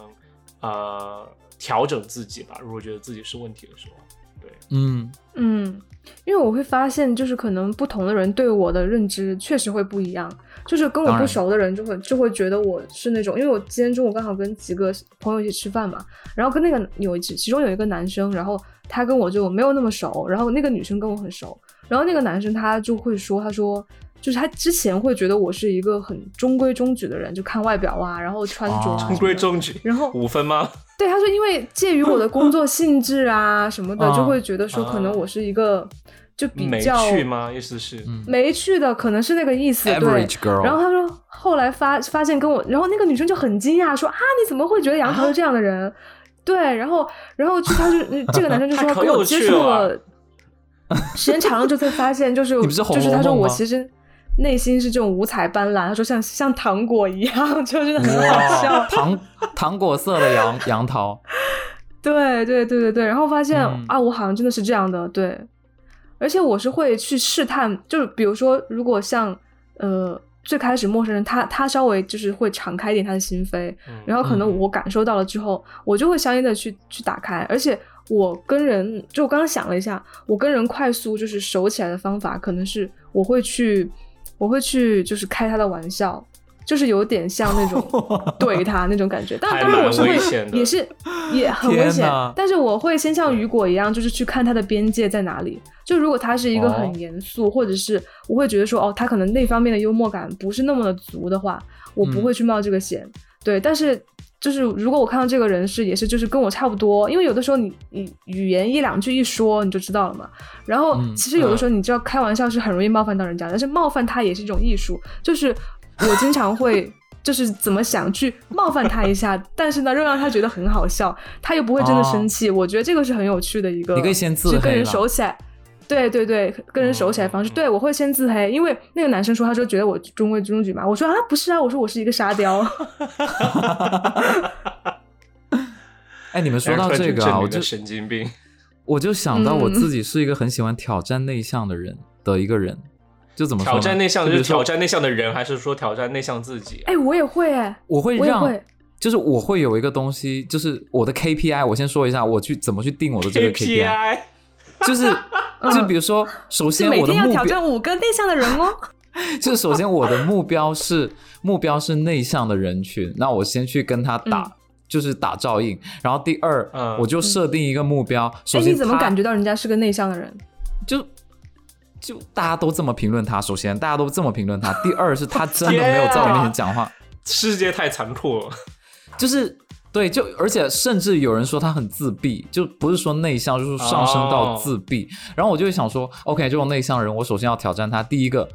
A: 呃调整自己吧。如果觉得自己是问题的时候，对，
B: 嗯，
C: 嗯，因为我会发现，就是可能不同的人对我的认知确实会不一样。就是跟我
B: 当
C: 不
B: 然
C: 熟的人就会就会觉得我是那种，因为我今天中午刚好跟几个朋友一起吃饭嘛，然后跟那个有一其中有一个男生，然后他跟我就没有那么熟，然后那个女生跟我很熟，然后那个男生他就会说，他说就是他之前会觉得我是一个很中规中矩的人，就看外表啊，然后穿着啊
B: 哦
C: 什么的
A: 中规中矩，
C: 然后
A: 五分吗？
C: 对，他说因为介于我的工作性质啊
B: [LAUGHS]
C: 什么的，
B: 啊
C: 就会觉得说可能我是一个就比
A: 没
C: 较
A: 去吗？意思是，
B: 嗯
C: 没趣的，可能是那个意思。对
B: Average，girl
C: 然后他说后来发发现跟我，然后那个女生就很惊讶说啊你怎么会觉得杨桃是这样的人？
B: 啊
C: 对，然后然后就他就呃这个男生
B: [LAUGHS]
C: 就
A: 他
C: 说
A: 可
C: 跟
A: 有
C: 我接
A: 趣
C: 触
A: 了
C: 了 [LAUGHS] 时间长了，就会发现就是
B: 你不是红
C: 就是
B: 楼
C: 他说
B: 梦
C: 我
B: 吗
C: 其实。内心是这种五彩斑斓，他说像像糖果一样， [LAUGHS] 就真的很好
B: 哇
C: 笑。
B: 糖糖果色的杨杨桃， [LAUGHS]
C: 对对对对对，然后发现、
B: 嗯
C: 啊，我好像真的是这样的，对。而且我是会去试探，就是比如说，如果像呃最开始陌生人，他他稍微就是会敞开一点他的心扉，
A: 嗯
C: 然后可
B: 嗯
C: 能我感受到了之后，我就会相应的去去打开。而且我跟人，就我刚刚想了一下，我跟人快速就是熟起来的方法，可能是我会去，我会去就是开他的玩笑，就是有点像那
B: [LAUGHS]
C: 种
A: [LAUGHS]
C: 怼他那种感觉。但
A: 还
C: 当然我是
A: 蛮危
C: 会
A: 险的
C: 也是也很危
B: 天
C: 险
B: 哪，
C: 但是我会先像雨果一样，就是去看他的边界在哪里。就如果他是一个
B: 哦
C: 很严肃，或者是我会觉得说哦，他可能那方面的幽默感不是那么的足的话，我不
B: 嗯
C: 会去冒这个险。对，但是就是如果我看到这个人是也是就是跟我差不多，因为有的时候你你语言一两句一说你就知道了嘛。然后
B: 嗯
C: 其实有的时候你知道开玩笑是很容易冒犯到人家，但是冒犯他也是一种艺术。就是我经常会就是怎么想去冒犯他一下，但是呢又让他觉得很好笑，他又不会真的生气。我觉得这个是很有趣的一个，
B: 哦你可以先自
C: 是跟
B: 黑
C: 人
B: 了哦
C: 熟起来。对对对，跟人熟起来的方式，
A: 嗯
C: 对我会先自黑，因为那个男生说，他说觉得我中规中矩嘛，我说啊不是啊，我说我是一个沙雕，
B: 哎，你们说到这个
A: 嗯然后突然就
B: 啊，
A: 证
B: 我
A: 明
B: 就
A: 了神经病。
B: 我就想到我
C: 嗯
B: 自己是一个很喜欢挑战内向的人的一个人，就怎么说呢
A: 挑战内向
B: 就
A: 就
B: 比
A: 是
B: 如
A: 挑
B: 说
A: 战内向的人，还是说挑战内向自己？
C: [LAUGHS]
A: 啊
C: 哎，我也会哎、
B: 我会
C: 我也
B: 让
C: 会
B: 就是我会有一个东西，就是我的 KPI，我先说一下我去怎么去定我的这个 KPI，
A: KPI
B: 就是
C: [LAUGHS]
B: 就比如说，首
C: 是
B: 先
C: 嗯每
B: 我的
C: 天要
B: 目
C: 挑
B: 标
C: 战五个内向的人哦。
B: 就是首先我的目标是目标是内向的人群，那我先去跟他
C: 嗯
B: 打。就是打照应，然后第二，
A: 嗯
B: 我就设定一个目标。 [LAUGHS] 首
C: 哎，
B: 先，
C: 你怎么感觉到人家是个内向的人？
B: 就就大家都这么评论他，首先大家都这么评论
A: [LAUGHS]
B: 他，第二是他真的
A: 天啊
B: 没有在我面前讲话，
A: 世界太残酷了，
B: 就是对，就而且甚至有人说他很自闭，就不是说内向，就是上升到自闭。然后我就会想说，OK，这种
A: 哦
B: 内向人，我首先要挑战他，第一个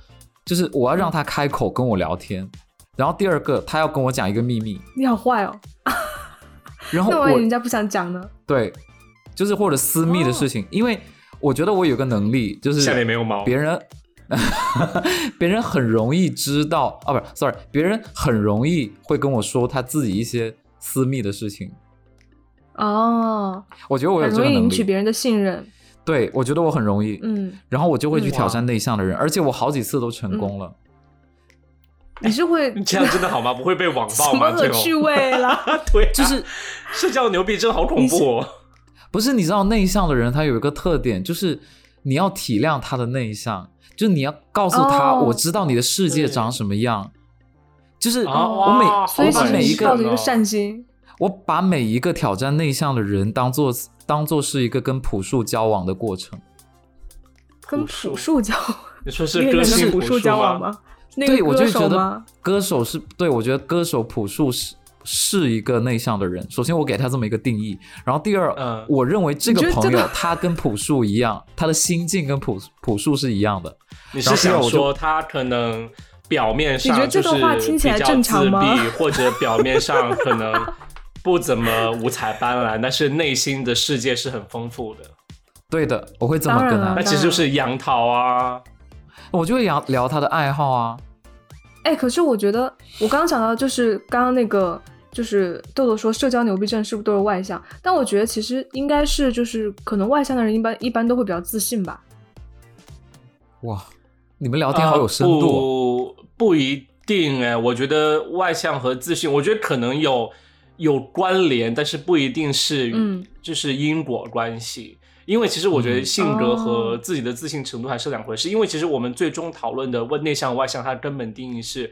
B: 就是我要让他开口跟我聊天，然后第二个他要跟我讲一个秘密，
C: 你好坏哦，
B: 然后
C: 那
B: 我
C: 万一人家不想讲呢？
B: 对，就是或者私密的事情，因为我觉得我有个能力，就是
A: 下面没有毛。
B: 别人， [LAUGHS] 别人很容易知道啊，不是，sorry，别人很容易会跟我说他自己一些私密的事情。
C: 哦，
B: 我觉得我有
C: 很
B: 这
C: 容
B: 个
C: 易
B: 能
C: 赢取
B: 力，
C: 别人的信任。
B: 对我觉得我很容易，
C: 嗯，
B: 然后我就会去
C: 嗯
B: 挑战内向的人，而且我好几次都成功了。
C: 你是会
A: [LAUGHS] 这样真的好吗？不会被网 [LAUGHS] 暴
C: 什么
B: [LAUGHS]
A: 吗？最
C: 恶
A: 后
C: 趣味啦？
A: 啊，对啊，
B: 就是
A: 社交牛逼症好恐怖哦。
B: 不是你知道内向的人他有一个特点，就是你要体谅他的内向，就是你要告诉他，
C: 哦
B: 我知道你的世界长什么样。就是
C: 哦
B: 哦
A: 啊
B: 我每、
A: 哇
C: [LAUGHS] 所以
B: 我
C: 其
B: 把
A: 好
C: 实
B: 每
A: 感
B: 一
C: 你
A: 人
B: 个
C: 抱着一
A: 哦
C: 个善心，
B: 我把每一个挑战内向的人当做当做是一个跟朴树交往的过程。
C: 跟
A: 朴树
C: 朴树交
A: 你说 [LAUGHS] 是
C: 那个
A: 歌
C: 人跟
A: 星
C: 朴
A: 树
C: 树交往？？那
B: 对，
C: 个
B: 我就
C: 歌
B: 会觉
C: 手
B: 得
C: 吗？
B: 歌手是对我觉得歌手朴树是是一个内向的人。首先，我给他这么一个定义，然后第二，
A: 嗯
B: 我认为这个
C: 你觉得
B: 朋
C: 这
B: 友
C: 个
B: 他跟朴树一样，
C: [LAUGHS]
B: 他的心境跟朴朴树是一样的。
A: 你
B: 然
A: 是
B: 后第二
A: 想
B: 我就
A: 说他可能表面
C: 你觉
A: 上
C: 得这
A: 就
C: 个
A: 是
C: 话听起来
A: 比较
C: 正常
A: 自
C: 吗
A: 闭，或者表面上可能不怎么五彩斑斓，但是内心的世界是很丰富的。
B: 对的，我会这么
C: 当然啊
B: 跟
C: 了
B: 他
A: 那，其实就是
C: 嗯
A: 杨桃啊，
B: 我就会聊聊他的爱好啊。
C: 哎，可是我觉得我刚刚讲到，就是刚刚那个，就是豆豆说社交牛逼症是不是都是外向？但我觉得其实应该是，就是可能外向的人一般一般都会比较自信吧。
B: 哇，你们聊天好有深度哦，
A: 呃不不一定哎，我觉得外向和自信，我觉得可能有有关联，但是不一定是
C: 嗯，
A: 就是因果关系。因为其实我觉得
B: 嗯
A: 性格和
C: 哦
A: 自己的自信程度还是两回事。因为其实我们最终讨论的问内向外向，它的根本定义是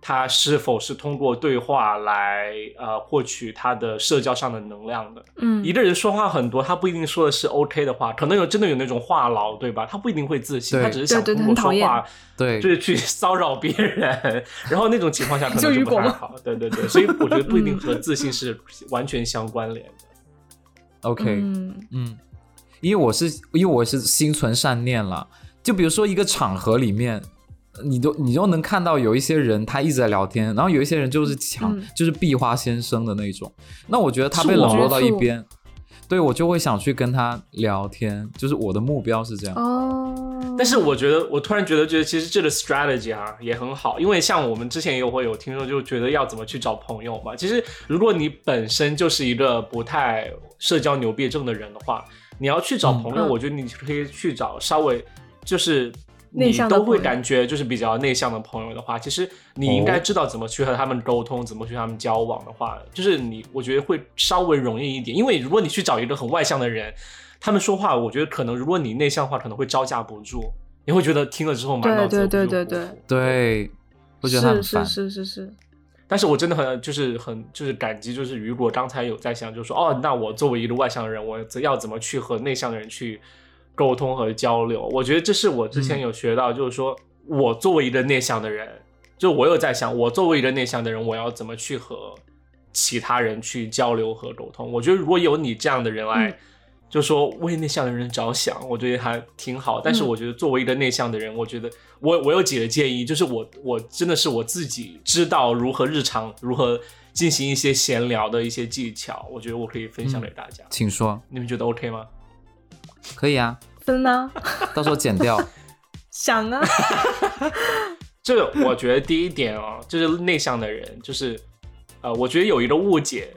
A: 他是否是通过对话来呃获取他的社交上的能量的。
C: 嗯，
A: 一个人说话很多，他不一定说的是 OK 的话，可能有真的有那种话痨，对吧？他不一定会自信，
B: 对
A: 他只是想
C: 对对
A: 通
C: 很
A: 过
C: 讨
A: 说
C: 厌
A: 话，
B: 对
A: 就是去骚扰别人。然后那种情况下可
C: 就
A: 能
C: 雨
A: 就不
C: 果
A: 太
C: 吗
A: 好。对对对，所以我觉得不一定
C: 嗯
A: 和自信是完全相关联的。
B: ，OK，
C: 嗯
B: 嗯，因为我是因为我是心存善念啦，就比如说一个场合里面，你都你都能看到有一些人他一直在聊天，然后有一些人就是强、
C: 嗯
B: 就是壁花先生的那种，那我觉得他被
A: 是我
B: 冷落
C: 觉得
B: 到
C: 是
B: 一
C: 我
B: 边，对我就会想去跟他聊天，就是我的目标是这样。
C: 哦，
A: 但是我觉得，我突然觉得，觉得其实这个 strategy 啊也很好，因为像我们之前也有会有听众就觉得要怎么去找朋友嘛。其实如果你本身就是一个不太社交牛逼症的人的话，你要去找朋友，
C: 嗯
A: 我觉得你可以去找稍微就是。
C: 内
A: 你
C: 向的
A: 都
C: 朋友哦
A: 会感觉就是比较内向的朋友的话，其实你应该知道怎么去和他们沟通，怎么去和他们交往的话，就是你我觉得会稍微容易一点。因为如果你去找一个很外向的人，他们说话，我觉得可能如果你内向的话，可能会招架不住，你会觉得听了之后满脑子
C: 对
A: 都
C: 对
A: 不
C: 对
A: 是
C: 对
A: 火
C: 对
B: 对，我觉得他
C: 是
B: 很
C: 是
B: 烦。
C: 是是是，
A: 但是我真的很就是很就是感激，就是雨果刚才有在想，就说哦，那我作为一个外向的人，我要怎么去和内向的人去沟通和交流？我觉得这是我之前
B: 嗯
A: 有学到，就是说我作为一个内向的人，就我有在想，我作为一个内向的人，我要怎么去和其他人去交流和沟通？我觉得如果有你这样的人来。
C: 嗯
A: 就说为内向的人着想，我觉得还挺好。但是
C: 嗯
A: 我觉得作为一个内向的人，我觉得我我有几个建议，就是我我真的是我自己知道如何日常如何进行一些闲聊的一些技巧，我觉得我可以
B: 嗯
A: 分享给大家。
B: 请说，
A: 你们觉得 OK 吗？
B: 可以啊，
C: 分啊，
B: 到时候剪
C: [LAUGHS]
B: 掉。
A: [LAUGHS]
C: 想啊，
A: 这
B: [LAUGHS]
A: 啊我觉得第一点哦，就是内向的人，就是呃，我觉得有一个误解，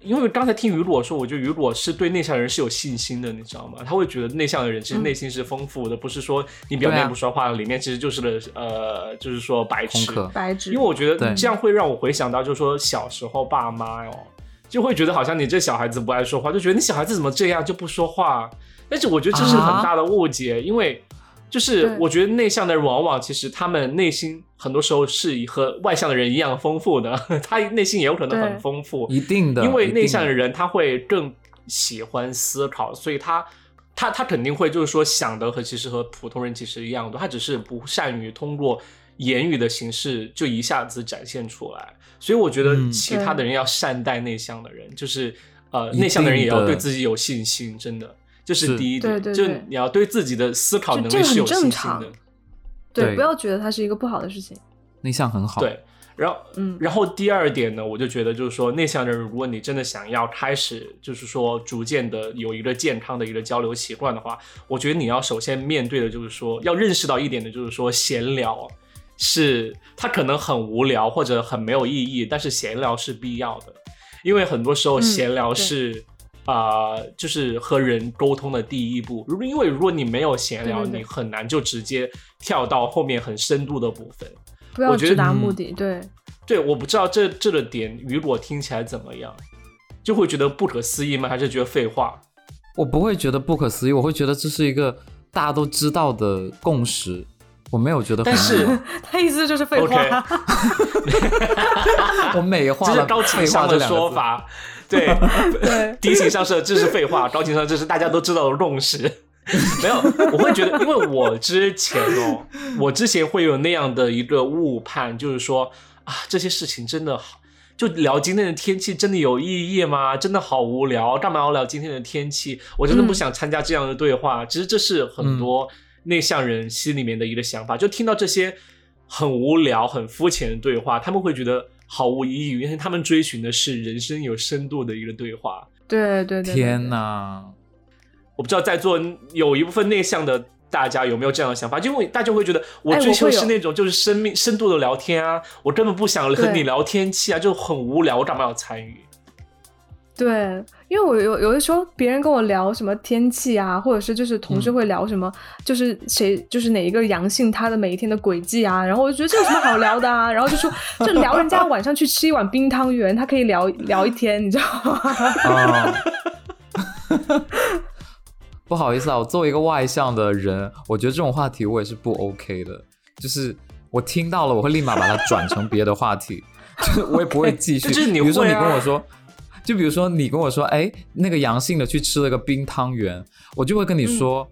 A: 因为刚才听雨果说，我觉得雨果是对内向人是有信心的，你知道吗？他会觉得内向的人其实内心是丰富的，不是说你表
B: 嗯对
A: 面
B: 啊
A: 不说话，里面其实就是呃，就是说白
B: 空
A: 痴。
B: 壳。
C: 白纸，
A: 因为我觉得
B: 对
A: 这样会让我回想到，就是说小时候爸妈哦，就会觉得好像你这小孩子不爱说话，就觉得你小孩子怎么这样就不说话。但是我觉得这是很大的误解，因为就是
C: 对
A: 我觉得内向的人往往其实他们内心很多时候是和外向的人一样丰富的， [LAUGHS] 他内心也有可能
C: 对
A: 很丰富，
B: 一定的，
A: 因为
B: 一定
A: 内向
B: 的
A: 的人他会更喜欢思考，所以他他他肯定会就是说想的和其实和普通人其实一样多，他只是不善于通过言语的形式就一下子展现出来。所以我觉得
B: 嗯
A: 其他的人要善待内向的人，就是呃
B: 一
A: 内向的人也要
B: 定的
A: 对自己有信心，真的。这
B: 是
A: 是第一
C: 对
A: 点，
C: 对
A: 就
C: 对
A: 你要对自己的思考
C: 就
A: 能
C: 这
A: 力
C: 个
A: 是有
C: 很正
A: 信心
C: 常
A: 的。
C: 对，
B: 对
C: 不要觉得它是一个不好的事情。
B: 内向很好，
A: 对，然后
C: 嗯
A: 然后第二点呢，我就觉得就是说，内向的人，如果你真的想要开始，就是说逐渐的有一个健康的一个交流习惯的话，我觉得你要首先面对的就是说，要认识到一点的就是说，闲聊是它可能很无聊或者很没有意义，但是闲聊是必要的，因为很多时候
C: 嗯
A: 闲聊
C: 对
A: 是、啊、就是和人沟通的第一步。如果因为如果你没有闲聊，
C: 对对对
A: 你很难就直接跳到后面很深度的部分。
C: 不要
A: 我觉得
C: 直达
B: 嗯
C: 目的，
A: [LAUGHS]
C: 对，
A: 对，我不知道这这个点雨果听起来怎么样，就会觉得不可思议吗？还是觉得废话？
B: 我不会觉得不可思议，我会觉得这是一个大家都知道的共识，我没有觉得很
A: 但
B: [LAUGHS]
A: 是
B: 意外
C: 他意思就是废话
A: OK
B: 我美
A: 这
B: 化
A: 是
B: 了
A: 高情
B: 废话
A: 商
B: 这
A: 的
B: 两个
A: 说
B: 字，
A: 法，对， [LAUGHS]
C: 对，
A: 低情商是这是废话，高情商这是大家都知道的共识。 [LAUGHS] 没有，我会觉得，因为我之前哦，我之前会有那样的一个误判，就是说啊，这些事情真的好，就聊今天的天气真的有意义吗？真的好无聊，干嘛要聊今天的天气？我真的不
C: 嗯
A: 想参加这样的对话。其实这是很多内向人心里面的一个想法，就听到这些很无聊、很肤浅的对话，他们会觉得毫无意义，因为他们追寻的是人生有深度的一个对话。
C: 对对对，
B: 天
C: 哪，
B: 哪！
A: 我不知道在座有一部分内向的大家有没有这样的想法，因为大家会觉得我
C: 哎
A: 追求
C: 我会有
A: 是那种就是生命深度的聊天啊，我根本不想和
C: 对
A: 你聊天气啊，就很无聊，我干嘛要参与？
C: 对，因为我有有的时候别人跟我聊什么天气啊，或者是就是同事
B: 嗯
C: 会聊什么，就是谁就是哪一个阳性他的每一天的轨迹啊，然后我就觉得这有什么好聊的啊，然后就说就聊人家晚上去吃一碗冰汤圆，他可以聊聊一天，你知道吗？
B: 啊， [LAUGHS] 不好意思啊，我作为一个外向的人，我觉得这种话题我也是不 OK 的，就是我听到了，我会立马把它转成别的话题， [LAUGHS] 就是我也不会继续。
A: 但是你
B: 比如说
A: 会
B: 你
A: 啊
B: 跟我说。就比如说，你跟我说，哎，那个阳性的去吃了个冰汤圆，我就会跟你说，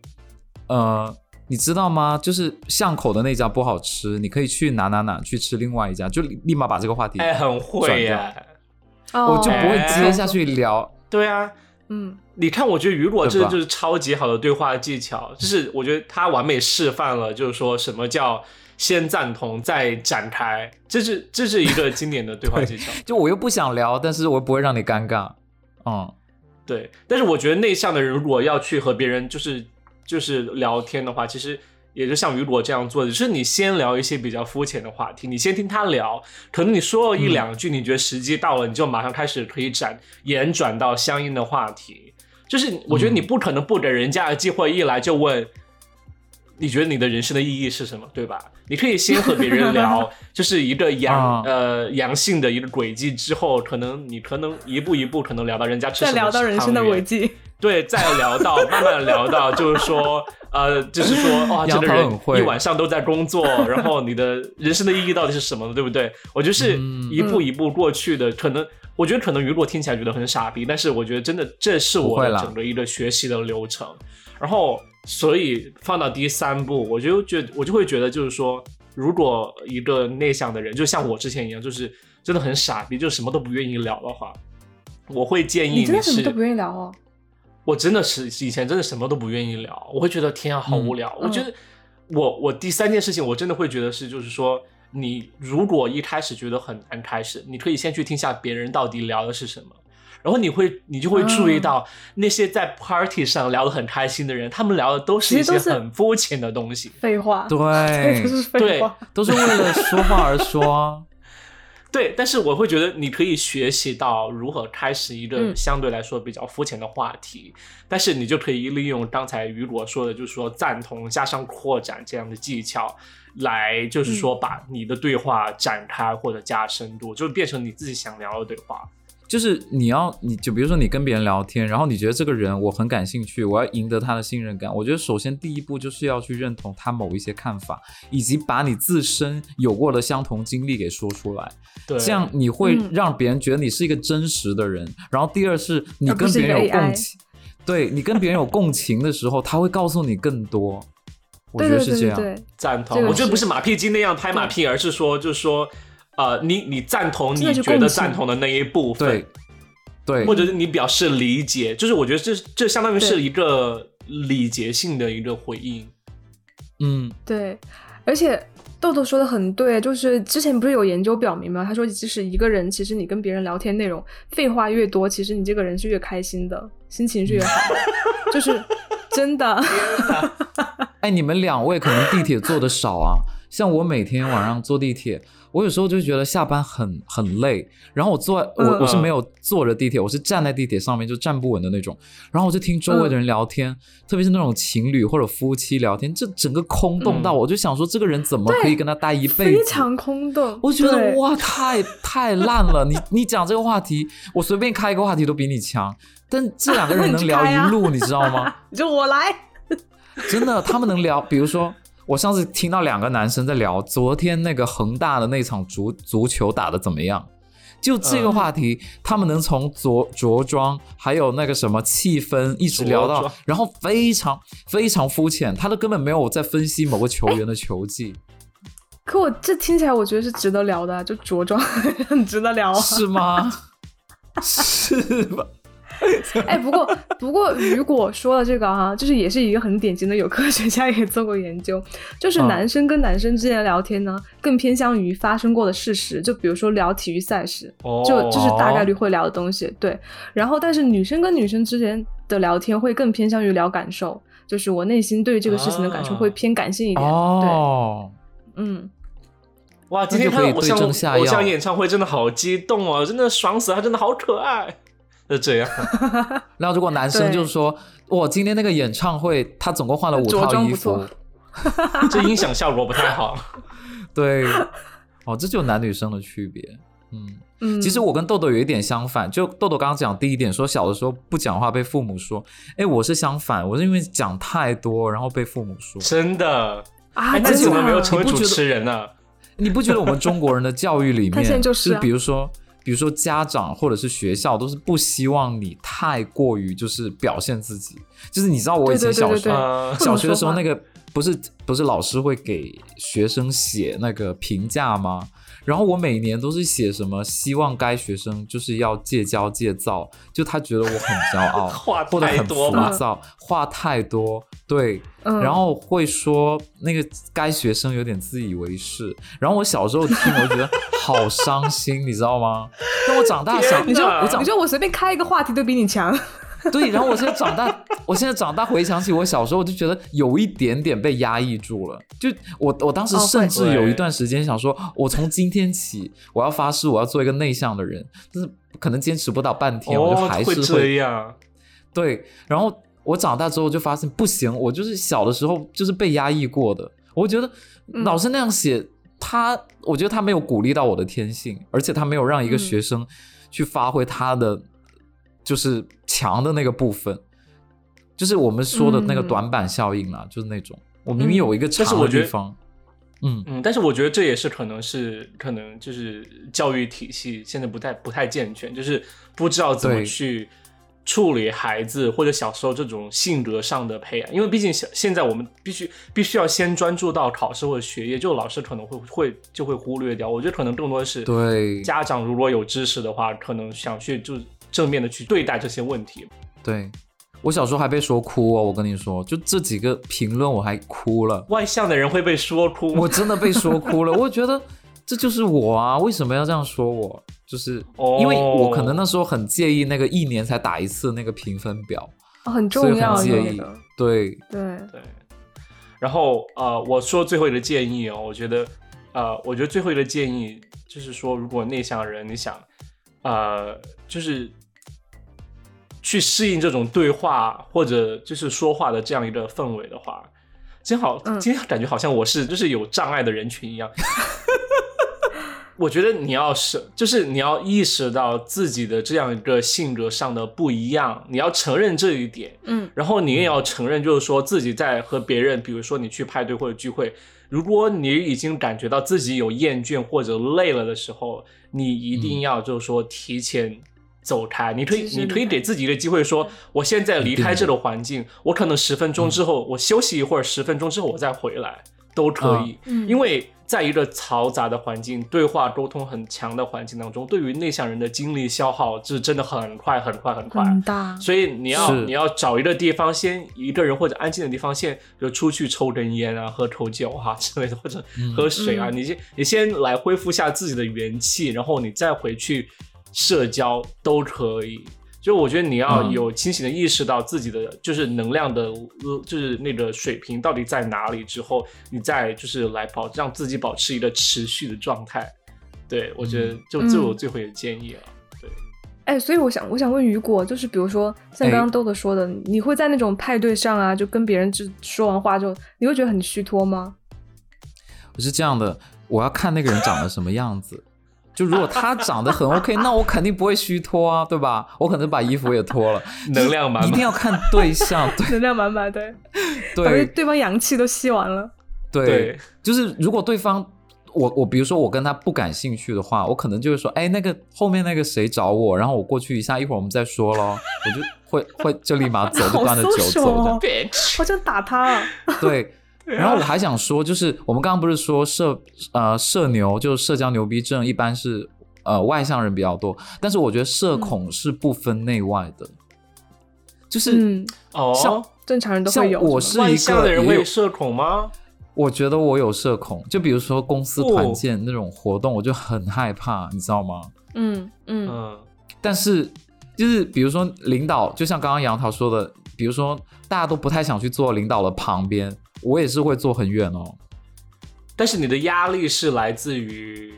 A: 嗯
B: 呃，你知道吗？就是巷口的那家不好吃，你可以去哪哪哪去吃另外一家，就立立马把这个话题，
A: 哎，很会耶、
B: 转
C: 哦
B: 我就不会接下去聊。
A: 对啊，
C: 嗯，
A: 你看，我觉得雨果这
B: 对吧
A: 就是超级好的对话技巧，就是我觉得他完美示范了，就是说什么叫先赞同再展开，这是这是一个经典的对话技巧。
B: 就我又不想聊，但是我又不会让你尴尬。嗯，
A: 对，但是我觉得内向的人如果要去和别人就是就是聊天的话，其实也就像雨果这样做的，就是你先聊一些比较肤浅的话题，你先听他聊，可能你说了一
B: 嗯
A: 两句，你觉得时机到了，你就马上开始可以转延转到相应的话题。就是我觉得你
B: 嗯
A: 不可能不给人家的机会，一来就问。你觉得你的人生的意义是什么，对吧？你可以先和别人
B: [LAUGHS]
A: 聊，就是一个阳、
B: 啊
A: 呃阳性的一个轨迹之后，可能你可能一步一步可能聊到人家吃
C: 再
A: 什么
C: 聊到人生的
A: 汤圆
C: 轨迹，
A: 对，再聊到慢慢聊到，就是说，
B: [LAUGHS]
A: 呃，就是说，哇，这
B: 杨
A: 个
B: 桃
A: 人
B: 很会
A: 一晚上都在工作，然后你的人生的意义到底是什么呢？对不对？我觉得是
B: 嗯
A: 一步一步过去的，可能我觉得可能雨果听起来觉得很傻逼，但是我觉得真的这是
B: 不
A: 我
B: 会啦
A: 整个一个学习的流程。然后，所以放到第三步，我就觉我就会觉得，就是说，如果一个内向的人，就像我之前一样，就是真的很傻逼，就什么都不愿意聊的话，我会建议
C: 你真的
A: 是
C: 什么都不愿意聊哦。
A: 我真的是以前真的什么都不愿意聊，我会觉得天啊，好无聊。
C: 嗯
A: 我觉得我我第三件事情，我真的会觉得是，就是说，你如果一开始觉得很难开始，你可以先去听下别人到底聊的是什么，然后你会你就会注
C: 嗯
A: 意到那些在 party 上聊得很开心的人，他们聊的都是一
C: 其实
A: 些
C: 都是
A: 很肤浅的东西。
C: 废话，
B: 对
C: [LAUGHS] 这，
B: [LAUGHS]
C: 就是废话。
B: 都是为了说话而说啊。
A: 对，但是我会觉得你可以学习到如何开始一个
C: 嗯
A: 相对来说比较肤浅的话题，但是你就可以利用刚才雨果说的，就是说赞同加上扩展这样的技巧，来就是说
C: 嗯
A: 把你的对话展开或者加深度，就变成你自己想聊的对话。
B: 就是你要，你就比如说你跟别人聊天，然后你觉得这个人我很感兴趣，我要赢得他的信任感。我觉得首先第一步就是要去认同他某一些看法，以及把你自身有过的相同经历给说出来，
A: 对，
B: 这样你会
C: 嗯
B: 让别人觉得你是一个真实的人。然后第二是你
C: 而不
B: 跟
C: 是
B: 别人
C: 一
B: 有
C: 个
B: 共
C: AI
B: 情，对你跟别人有共情的时候，他会告诉你更多。我
C: 对
B: 觉
C: 对
B: 得是
C: 对
B: 这
C: 对
B: 样。
C: 对，
A: 赞同
C: 这，个
A: 我觉得
C: 是
A: 不是马屁精那样拍马屁，而是说就是说，呃，你你赞同
C: 真
A: 你
C: 的去
A: 觉得
C: 共情
A: 赞同的那一部分，
B: 对，对，
A: 或者是你表示理解，就是我觉得这这相当于是一个礼节性的一个回应。
B: 嗯，
C: 对，而且豆豆说的很对，就是之前不是有研究表明吗？他说，即使一个人，其实你跟别人聊天内容废话越多，其实你这个人是越开心的，心情是越好
B: [LAUGHS]
C: 的，就是真的。
B: 哎，你们两位可能地铁坐的少啊，像我每天晚上坐地铁，我有时候就觉得下班很很累，然后我坐我
C: 嗯
B: 我是没有坐着地铁，我是站在地铁上面就站不稳的那种，然后我就听周围的人
C: 嗯
B: 聊天，特别是那种情侣或者夫妻聊天，这整个空洞到
A: 嗯
B: 我就想说，这个人怎么可以跟他待一辈子？
C: 非常空洞，
B: 我觉得
C: 对，
B: 哇，太太烂了！你你讲这个话题，我随便开一个话题都比你强，但这两个人
C: [LAUGHS] 你
B: 能聊
C: 开啊
B: 一路，你知道吗？
C: 你就我来，
B: 真的，他们能聊，比如说。我上次听到两个男生在聊昨天那个恒大的那场足足球打得怎么样，就这个话题，他们能从着着装，还有那个什么气氛，一直
A: 着
B: 聊到
A: 装，
B: 然后非常非常肤浅，他都根本没有在分析某个球员的球技，
C: 可我这听起来，我觉得是值得聊的啊，就着装 [LAUGHS] 很值得聊啊。
B: 是吗？是
C: [LAUGHS]
B: 吧？
C: 哎，不过不过，雨果说的这个啊，就是也是一个很典型的，有科学家也做过研究，就是
B: 嗯
C: 男生跟男生之间的聊天呢，更偏向于发生过的事实，就比如说聊体育赛事，
A: 哦
C: 就就是大概率会聊的东西，对。然后，但是女生跟女生之间的聊天会更偏向于聊感受，就是我内心对于这个事情的感受
A: 啊
C: 会偏感性一点，
B: 哦，
C: 对，嗯。
A: 哇，今天
B: 就
A: 看
B: 可以
A: 到偶
B: 对
A: 像
B: 症下药
A: 偶像演唱会真的好激动哦，真的爽死了，他真的好可爱，就这
C: [LAUGHS]
A: 样。
B: 然后如果男生
C: 对呃
B: 就说，我今天那个演唱会，他总共换了五
C: 着
B: 套
C: 装
B: 衣
C: 不错
B: 服，
A: 这音响效果不太好。
B: [LAUGHS] 对，哦，这就是男女生的区别。嗯，
C: 嗯，
B: 其实我跟豆豆有一点相反，就豆豆刚刚讲第一点，说小的时候不讲话被父母说，哎，我是相反，我是因为讲太多，然后被父母说。
A: 真的，
C: 啊，
A: 哎，那
C: 真
A: 你
C: 的
A: 怎么没有
C: 啊
A: 成为
B: 你不
A: 主
B: 觉得
A: 持人啊呢？
B: 你不觉得我们中国人的教育里
C: [LAUGHS] 他现在
B: 面，
C: 就是啊
B: 比如说，比如说家长或者是学校都是不希望你太过于就是表现自己，就是你知道我以前
C: 对对对
B: 小
C: 对
B: 时候
C: 对
A: 啊 [LAUGHS]
C: 不
B: 小
C: 能
B: 学的时
C: 说
B: 候，
C: 话
B: 那个不是不是老师会给学生写那个评价吗？然后我每年都是写什么，希望该学生就是要戒骄戒躁，就他觉得我很骄
A: [LAUGHS]
B: 傲，
A: 话
B: 或者
A: 太
B: 很
A: 多
B: 浮
A: 吧？
B: 躁，话太多，对，
C: 嗯，
B: 然后会说那个该学生有点自以为是。然后我小时候听，我就觉得好伤心，你知道吗？但我长大
A: 天
B: 想，
A: 哪
C: 你说
B: 我长
C: 你说我随便开一个话题都比你强， [LAUGHS]
B: [LAUGHS] 对，然后我现在长大，我现在长大回想起我小时候，我就觉得有一点点被压抑住了。就我我当时
C: 哦会
B: 甚至有一
A: 对
B: 段时间想说，我从今天起我要发誓我要做一个内向的人，但是可能坚持不到半天，我就
A: 哦
B: 还，
A: 会
B: 是
A: 这样。
B: 对。然后我长大之后就发现不行，我就是小的时候就是被压抑过的。我觉得
C: 嗯
B: 老师那样写、他，我觉得他没有鼓励到我的天性，而且他没有让一个
C: 嗯
B: 学生去发挥他的就是强的那个部分，就是我们说的那个
C: 嗯
B: 短板效应啦，就是那种我明明有一个
A: 但是
B: 长
A: 我
B: 的
A: 觉
B: 地
A: 得
B: 方，嗯，
A: 嗯，但是我觉得这也是可能是可能就是教育体系现在不太不太健全，就是不知道怎么
B: 对
A: 去处理孩子或者小时候这种性格上的培养，因为毕竟小现在我们必须必须要先专注到考试或者学业，就老师可能会会就会忽略掉。我觉得可能更多的是
B: 对
A: 家长如果有知识的话，可能想去就正面的去对待这些问题。
B: 对。我小时候还被说哭哦，我跟你说，就这几个评论我还哭了。
A: 外向的人会被说哭 [LAUGHS] 吗
B: 我真的被说哭了。我觉得这就是我啊，为什么要这样说我？就是
A: 哦
B: 因为我可能那时候很介意那个一年才打一次那个评分表，
C: 哦很
B: 所
C: 重
B: 以
C: 要
B: 很介
C: 那
B: 意
C: 个，。
B: 对，
C: 对，嗯
A: 对，然后呃，我说最后一个建议哦，我觉得呃，我觉得最后一个建议就是说，如果内向人你想，呃，就是去适应这种对话或者就是说话的这样一个氛围的话，今天好，
C: 嗯
A: 今天感觉好像我是就是有障碍的人群一样。 [LAUGHS] 我觉得你要是，就是你要意识到自己的这样一个性格上的不一样，你要承认这一点，
C: 嗯
A: 然后你也要承认，就是说自己在和别人，比如说你去派对或者聚会，如果你已经感觉到自己有厌倦或者累了的时候，你一
C: 嗯
A: 定要就是说提前走开。你可以
C: 及时
A: 你
C: 离
A: 可以
C: 开
A: 给自己一个机会说，我现在离开
B: 一定
A: 这个环境，我可能十分钟之后、我休息一会儿，十分钟之后我再回来都可以。
C: 嗯
A: 因为在一个嘈杂的环境、对话沟通很强的环境当中，对于内向人的精力消耗是真的很快、很快、很快。
C: 很大，
A: 所以你要
B: 是
A: 你要找一个地方，先一个人或者安静的地方，先比如出去抽根烟啊、喝口酒啊之类的，或者
B: 嗯
A: 喝水啊，
C: 嗯
A: 你先你先来恢复一下自己的元气，然后你再回去社交都可以。就我觉得你要
B: 嗯
A: 有清醒的意识到自己的就是能量的，呃就是那个水平到底在哪里之后，你再就是来保让自己保持一个持续的状态。对，我觉得就这
C: 嗯
A: 我最后一个建议了。
C: 哎，所以我想，我想问雨果，就是比如说像
B: 哎
C: 刚刚豆豆说的，你会在那种派对上啊，就跟别人就说完话之后，你会觉得很虚脱吗？ [LAUGHS]
B: 我是这样的，我要看那个人长得什么样子。就如果他长得很 OK，那我肯定不会虚脱啊，对吧？我可能把衣服也脱了，
A: [LAUGHS] 能量满满
B: 一定要看对象，
C: 能量满满，对，把
B: 对
C: 对方阳气都吸完了。
B: 对
A: [LAUGHS] 对
B: 对，就是如果对方我我比如说我跟他不感兴趣的话，我可能就会说，哎，那个后面那个谁找我，然后我过去一下，一会儿我们再说
C: [LAUGHS]
B: 咯，我就会会就立马走，就
C: 好
B: 端着酒
C: social
B: 走这样
C: 哦
A: Bitch，
C: 好想打他啊！
B: 对，然后我还想说，就是我们刚刚不是说社呃社牛，就是社交牛逼症，一般是呃外向人比较多，但是我觉得社恐是不分内外的，就是
C: 嗯，
A: 哦，
B: 像
C: 正常人都
B: 像
C: 会有。
B: 我
C: 是
B: 是
C: 吗
A: 外
B: 一
A: 向的
B: 个
A: 人
B: 也
A: 会
B: 有
A: 有社恐吗？
B: 我觉得我有社恐，就比如说公司
A: 哦
B: 团建那种活动，我就很害怕，你知道吗？
C: 嗯嗯
A: 嗯，
B: 但是就是比如说领导，就像刚刚杨桃说的，比如说大家都不太想去坐领导的旁边，我也是会坐很远哦。
A: 但是你的压力是来自于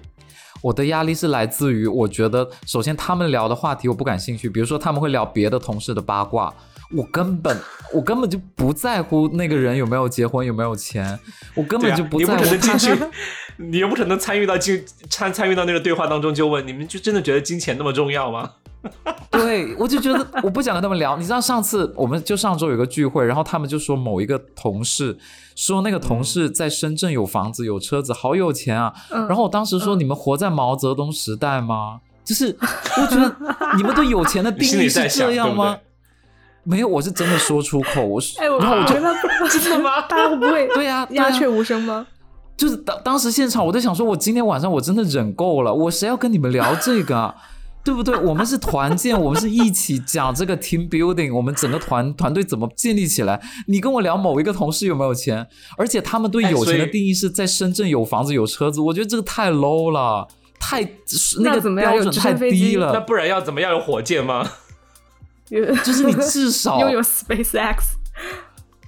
B: 我的压力是来自于，我觉得首先他们聊的话题我不感兴趣，比如说他们会聊别的同事的八卦，我根本 [LAUGHS] 我根本就不在乎那个人有没有结婚，有没有钱，我根
A: 对
B: 本
A: 啊
B: 就不
A: 你又
B: 在
A: 不
B: 乎
A: 可能
B: 他
A: 进去， [LAUGHS] 你又不可能参与到进参参与到那个对话当中就问你们就真的觉得金钱那么重要吗？ [LAUGHS]
B: 对，我就觉得我不想跟他们聊。你知道上次我们就上周有个聚会，然后他们就说某一个同事说那个同事在深圳有房子有车子，好有
A: [LAUGHS]
B: 钱啊。
C: 嗯。
B: 然后我当时说你们活在毛泽东时代吗？就是我觉得你们对有钱的
A: [LAUGHS] 你
B: 定
A: 心里
B: 义是
A: 在想
B: 这样吗
A: 对？
B: 没有，我是真的说出口，我是
C: 哎，我然后我觉得真的 [LAUGHS] 吗？大家会不会
B: 对呀、对呀
C: 鸦雀无声吗？
B: 就是当当时现场，我在想说，我今天晚上我真的忍够了，我谁要跟你们聊这
C: [LAUGHS]
B: 个、啊，对不对？我们是团建，我们是一起讲这个 team building，我们整个团团队怎么建立起来。你跟我聊某一个同事有没有钱，而且他们对
A: 哎
B: 有钱
A: 所
B: 的
A: 以
B: 定义是在深圳有房子有车子，我觉得这个太 low 了，太
C: 那
B: 个
C: 怎么样
B: 标准
C: 有直
B: 太
C: 升飞机
B: 低
A: 那
B: 了。
A: 不然要怎么样有火箭吗？
C: 有
B: 就是你至
C: [LAUGHS]
B: 少
C: 拥有 SpaceX，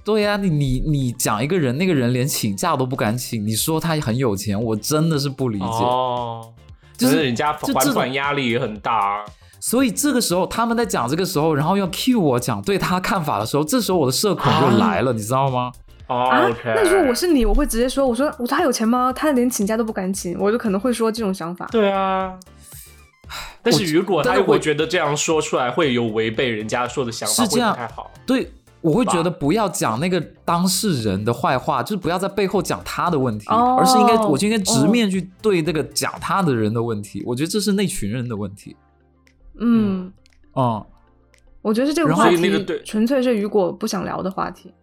B: 对呀、你你你讲一个人，那个人连请假都不敢请，你说他很有钱，我真的是不理解。
A: 哦，
B: 就
A: 可
B: 是
A: 能人家
B: 就
A: 还
B: 这
A: 款
B: 种
A: 压力也很大啊。
B: 所以这个时候他们在讲这个时候，然后要 cue 我讲对他看法的时候，这时候我的社恐
A: 啊
B: 就来了，你知道吗？
A: 哦
C: 啊
A: ，OK，
C: 那如果我是你，我会直接说，我说我说他有钱吗？他连请假都不敢请，我就可能会说这种想法。
A: 对啊。但是如果
B: 但
A: 他
B: 是
A: 如果
B: 我
A: 觉得这样说出来会有违背人家说的想法，
B: 是这样
A: 会不太好。
B: 对，我会觉得不要讲那个当事人的坏话，就是不要在背后讲他的问题，
C: 哦
B: 而是应该我就应该直面去对那个讲他的人的问题。我觉得这是那群人的问题。
A: 嗯，
C: 嗯
B: 嗯，
C: 我觉得是这个
B: 然
C: 话
B: 后
C: 题
A: 所以那个对
C: 纯粹是雨果不想聊的话题。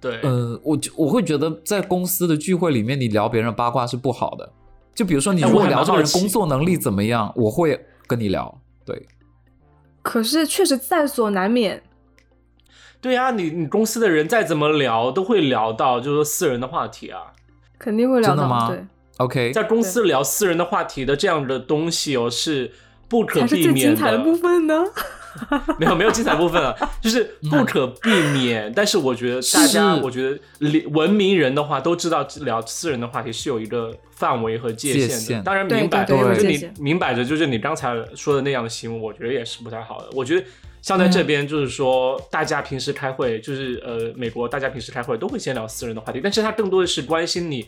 A: 对，
B: 呃，我就我会觉得在公司的聚会里面，你聊别人八卦是不好的。就比如说你
A: 哎
B: 如
A: 我
B: 果
A: 还蛮
B: 聊这个
A: 好
B: 人
A: 奇
B: 工作能力怎么样，我会跟你聊。对，
C: 可是确实在所难免，
A: 对啊，你你公司的人再怎么聊，都会聊到就是说私人的话题啊。
C: 肯定会聊
B: 真的
C: 到
B: 吗
C: 对，
B: OK，
A: 在公司聊私人的话题的这样的东西哦，是不可
C: 才是
A: 避
C: 最
A: 免
C: 精彩的部
A: 的。
C: 分呢。
A: [LAUGHS] 没有没有精彩部分了，就是不可避免。但是我觉得大家，
B: 嗯是
A: 我觉得理文明人的话都知道，聊私人的话题是有一个范围和界限的。
B: 界限
A: 当然
C: 对
A: 明摆，
C: 对
B: 对有
A: 就
C: 界
A: 你
C: 限
A: 明摆着就是你刚才说的那样的行为，我觉得也是不太好的。我觉得。像在
B: 嗯
A: 这边，就是说，大家平时开会，就是呃，美国大家平时开会都会先聊私人的话题，但是他更多的是关心你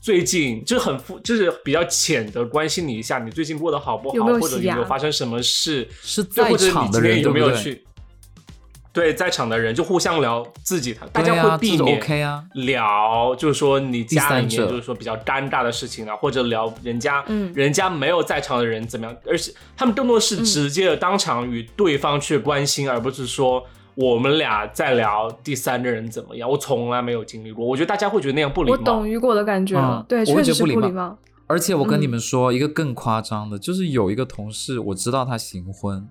A: 最近，就是很肤就是比较浅的关心你一下，你最近过得好不好，
C: 有没有
A: 或者有
C: 洗
A: 没有
C: 牙
A: 发生什么事，
B: 是
A: 对，
B: 在
A: 或者你
B: 场的
A: 今天
B: 人
A: 有没有
B: 对不对？
A: 去？对，在场的人就互相聊自己，大
B: 对
A: 家
B: 啊
A: 会避
B: 这是
A: 免
B: OK 啊
A: 聊，就是说你
B: 第
A: 家
B: 三
A: 里面
B: 者
A: 就是说比较尴尬的事情啊，或者聊人家，
C: 嗯
A: 人家没有在场的人怎么样，而且他们更多
B: 嗯
A: 是直接的当场与对方去关心，而不是说我们俩在聊第三个人怎么样。我从来没有经历过，我觉得大家会觉得那样不礼
C: 我
A: 貌。
C: 懂雨果的感觉了
B: 嗯，
C: 对，
B: 我
C: 确
B: 会觉
C: 实
B: 得
C: 是
B: 不礼
C: 不
B: 貌
C: 礼貌。
B: 而且我跟你
C: 嗯
B: 们说一个更夸张的，就是有一个同事，我知道他行婚，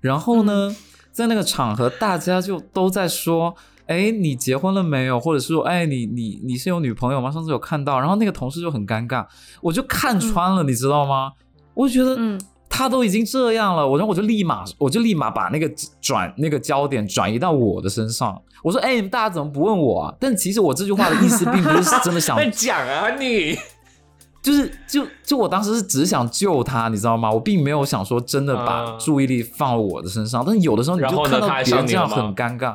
B: 然后
A: 嗯
B: 呢，在那个场合大家就都在说。哎，你结婚了没有？或者是说，哎，你你你是有女朋友吗？上次有看到，然后那个同事就很尴尬，我就看穿了，你知道吗？我就觉得，
C: 嗯，
B: 他都已经这样了，我然后我就立马我就立马把那个转那个焦点转移到我的身上。我说：“哎，你们大家怎么不问我啊？”但其实我这句话的意思并不是真的想，
A: 在讲啊你，
B: 就是就就我当时是只想救他，你知道吗？我并没有想说真的把
A: 嗯
B: 注意力放我的身上。但有的时候你
A: 然
B: 就
A: 后呢
B: 看到
A: 他还
B: 别
A: 上
B: 人
A: 你
B: 这样
A: 了吗
B: 很尴尬。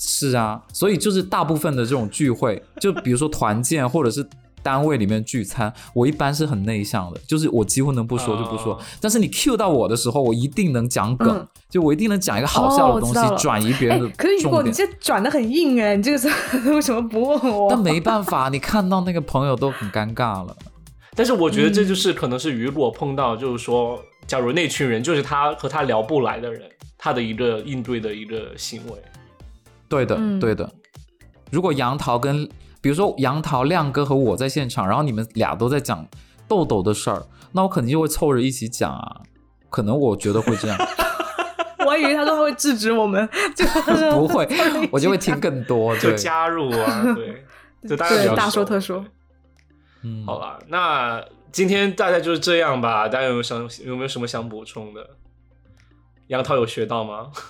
B: 是啊，所以就是大部分的这种聚会，就比如说团建或者是单位里面聚餐，我一般是很内向的，就是我几乎能不说就不说。
A: 嗯
B: 但是你 cue 到我的时候，我一定能讲梗，
C: 嗯
B: 就我一定能讲一个好笑
C: 哦我
B: 的
C: 知
B: 东西，
C: 道了
B: 转移别
C: 哎
B: 人的，
C: 可是雨
B: 重
C: 果，你
B: 点。
C: 这转的很硬哎，你这个时候为什么不问我？
B: 但没办法，你看到那个朋友都很尴尬了。
A: 但是我觉得这就是可能是雨果碰到，就是说，假如那群人就是他和他聊不来的人，他的一个应对的一个行为。
B: 对的，
C: 嗯
B: 对的。如果杨桃跟，比如说杨桃、亮哥和我在现场，然后你们俩都在讲豆豆的事儿，那我肯定就会凑着一起讲啊。可能我觉得会
A: [LAUGHS]
B: 这样，
C: [LAUGHS] 我还以为他说他会制止我们，就 [LAUGHS]
B: 不会，我就会听
A: [LAUGHS]
B: 更多。
A: 就
B: 对，
A: 加入啊，对，就大家比
C: [LAUGHS] 对
A: 较
C: 大
A: 熟
C: 说特说。
B: 嗯，
A: 好了，那今天大概就是这样吧。大家有没有想有没有什么想补充的？杨涛有学到吗？ [LAUGHS]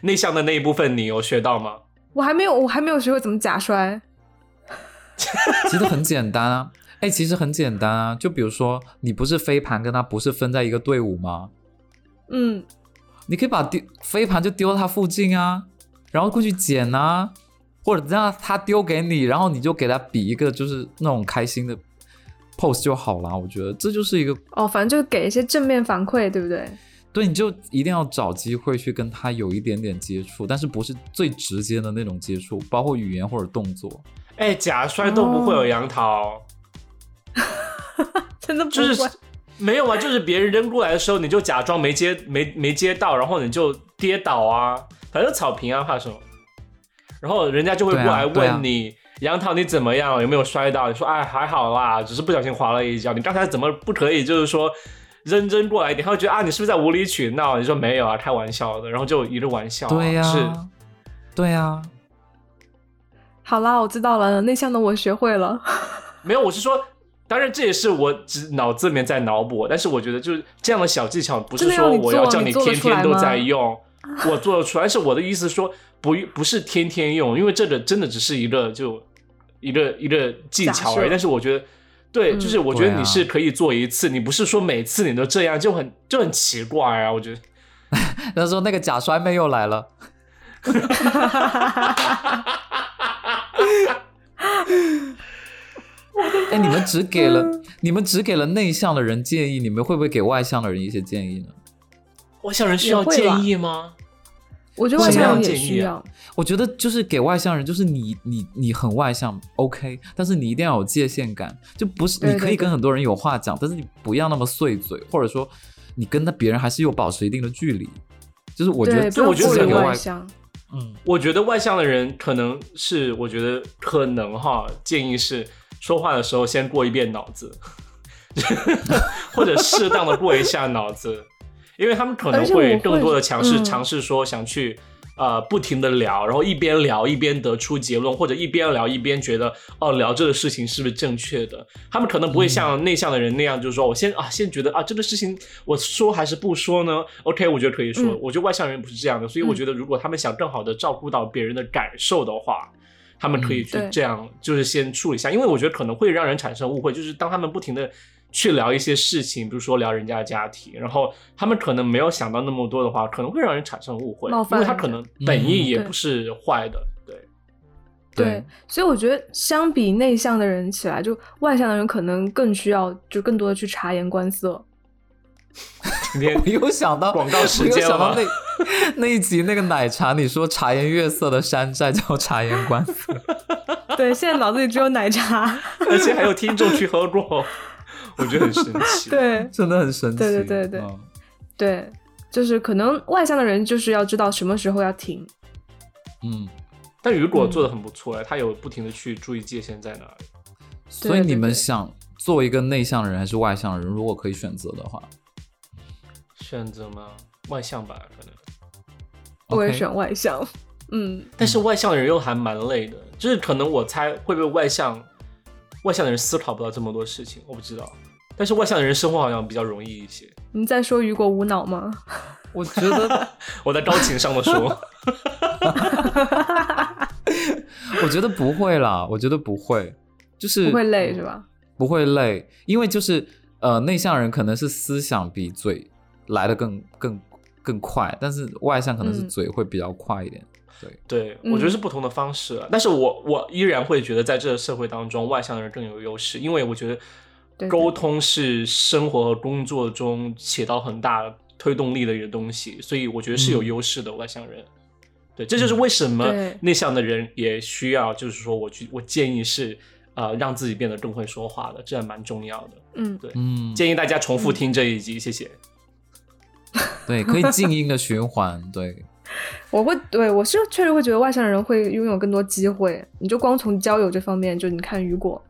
A: 内向的那一部分你有学到吗？
C: 我还没有，我还没有学会怎么假摔。
B: 其实很简单啊。哎，其实很简单啊，就比如说，你不是飞盘跟他不是分在一个队伍吗？
C: 嗯，
B: 你可以把丢飞盘就丢到他附近啊，然后过去捡啊，或者让他丢给你，然后你就给他比一个就是那种开心的 pose 就好啦。我觉得这就是一个
C: 哦，反正就是给一些正面反馈，对不对？
B: 对，你就一定要找机会去跟他有一点点接触，但是不是最直接的那种接触，包括语言或者动作。
A: 哎，假摔都不会有
C: 哦
A: 杨涛，
C: 真的不
A: 就是
C: 会。
A: 没有啊，就是别人扔过来的时候，你就假装没接没没接到，然后你就跌倒啊，反正草坪啊，怕什么？然后人家就会
B: 对
A: 过
B: 啊
A: 来
B: 对啊
A: 问你，杨桃你怎么样？有没有摔到？你说哎还好啦，只是不小心滑了一跤。你刚才怎么不可以？就是说扔扔过来一点，他会觉得啊你是不是在无理取闹？你说没有啊，开玩笑的，然后就一路玩笑、啊
B: 对呀、
A: 哦是
B: 对呀、
C: 好啦，我知道了，内向的我学会了。
A: 没有，我是说。当然，这也是我只脑子里面在脑补，但是我觉得就是这样的小技巧，不是
C: 真的
A: 说
C: 要你
A: 我
C: 做
A: 要
C: 啊
A: 叫
C: 你
A: 你
C: 做得
A: 天
C: 出来
A: 天都
C: 吗
A: 在 [LAUGHS] 用，我做得出来。但是我的意思说，不不是天天用，因为这个真的只是一个就一个一个技巧
C: 假
A: 而
C: 设
A: 已。但是我觉得，对，
C: 嗯
A: 就是我觉
B: 对
A: 得
B: 啊
A: 你是可以做一次，你不是说每次你都这样，就很就很奇怪啊。我觉得，
B: 他说那个假摔妹又来了，哎，你们只给了
C: 嗯
B: 你们只给了内向的人建议，你们会不会给外向的人一些建议呢？
A: 外向人需
C: 也
A: 要
C: 会吧
A: 建议吗？
C: 我觉得外
A: 什么
C: 向
A: 样
C: 人也
A: 建议
C: 需
A: 啊
C: 要。
B: 我觉得就是给外向人，就是你你你很外向，OK，但是你一定要有界限感，就不是
C: 对
B: 你可
C: 对
B: 以
C: 对
B: 跟很多人有话讲，但是你不要那么碎嘴，或者说你跟他别人还是有保持一定的距离。就是我觉得
C: 对，
B: 这
C: 不要
A: 我觉得
C: 过
B: 是
A: 这
C: 于
B: 给
A: 个
B: 外
C: 外，向。
B: 嗯，
A: 我觉得外向的人可能是，我觉得可能哈，建议是说话的时候先过一遍脑子， [LAUGHS] 或者适当的过一下脑子，因为他们可能
C: 而且我会
A: 更多的尝试
C: 嗯
A: 尝试说想去呃不停的聊，然后一边聊一边得出结论，或者一边聊一边觉得哦聊这个事情是不是正确的。他们可能不
C: 嗯
A: 会像内向的人那样，就是说我先啊先觉得啊这个事情我说还是不说呢？OK，我觉得可以说。
C: 嗯
A: 我觉得外向人不是这样的，所以我
C: 嗯
A: 觉得如果他们想更好的照顾到别人的感受的话，他们可以去
C: 嗯对
A: 这样，就是先处理一下，因为我觉得可能会让人产生误会，就是当他们不停的去聊一些事情，比如说聊人家的家庭，然后他们可能没有想到那么多的话，可能会让人产生误会，
C: 冒
A: 因
C: 犯
A: 为他可能本意也
C: 对
A: 不是坏的，对，
C: 对，所以我觉得相比内向的人起来，就外向的人可能更需要就更多的去察言观色。
A: 今天
B: 我又想到
A: 广告时
B: 我又
A: 间
B: 想到
A: 了
B: 那那 [LAUGHS] 一集那个奶茶，你说茶颜悦色的山寨叫茶颜观 [LAUGHS] 色，
C: 对，现在脑子里只有奶茶。
A: 而且还有听众去喝过， [LAUGHS] 我觉得很神奇。
C: 对
B: 真的很神奇。
C: 对对对对
B: 嗯
C: 对，就是可能外向的人就是要知道什么时候要停。
B: 嗯，
A: 但雨果做的很不错哎，他有不停的去注意界限在哪里。
B: 所以你
C: 对对
B: 们
C: 对
B: 想做一个内向的人还是外向的人？如果可以选择的话，
A: 选择吗？外向吧，可能。
C: 我也
B: OK
C: 选外向。嗯，
A: 但是外向的人又还蛮累的，就是可能我猜会不会外向，外向的人思考不到这么多事情，我不知道。但是外向的人生活好像比较容易一些。
C: 你在说雨果无脑吗？
B: 我觉得， [LAUGHS]
A: 我在高情商的说，
B: 我觉得不会啦，我觉得不会，就是
C: 不会累
A: 嗯
C: 是吧？
B: 不会累，因为就是呃，内向人可能是思想比嘴来的更更更快，但是外向可能是
C: 嗯
B: 嘴会比较快一点。
A: 对
C: 嗯
A: 我觉得是不同的方式、啊。但是我我依然会觉得，在这个社会当中，外向的人更有优势，因为我觉得
C: 对对
A: 沟通是生活和工作中起到很大推动力的一个东西，所以我觉得是有
B: 嗯
A: 优势的、外向人。对，这就是为什么
C: 嗯对
A: 内向的人也需要，就是说我去，我建议是，呃，让自己变得更会说话的，这还蛮重要的。
C: 嗯，
B: 嗯，
A: 建议大家重复听这一集，谢
C: [LAUGHS]
A: 谢。
B: 对，可以静音的循环，对，
C: 我会对我是确实会觉得外向的人会拥有更多机会。你就光从交友这方面，就你看雨果，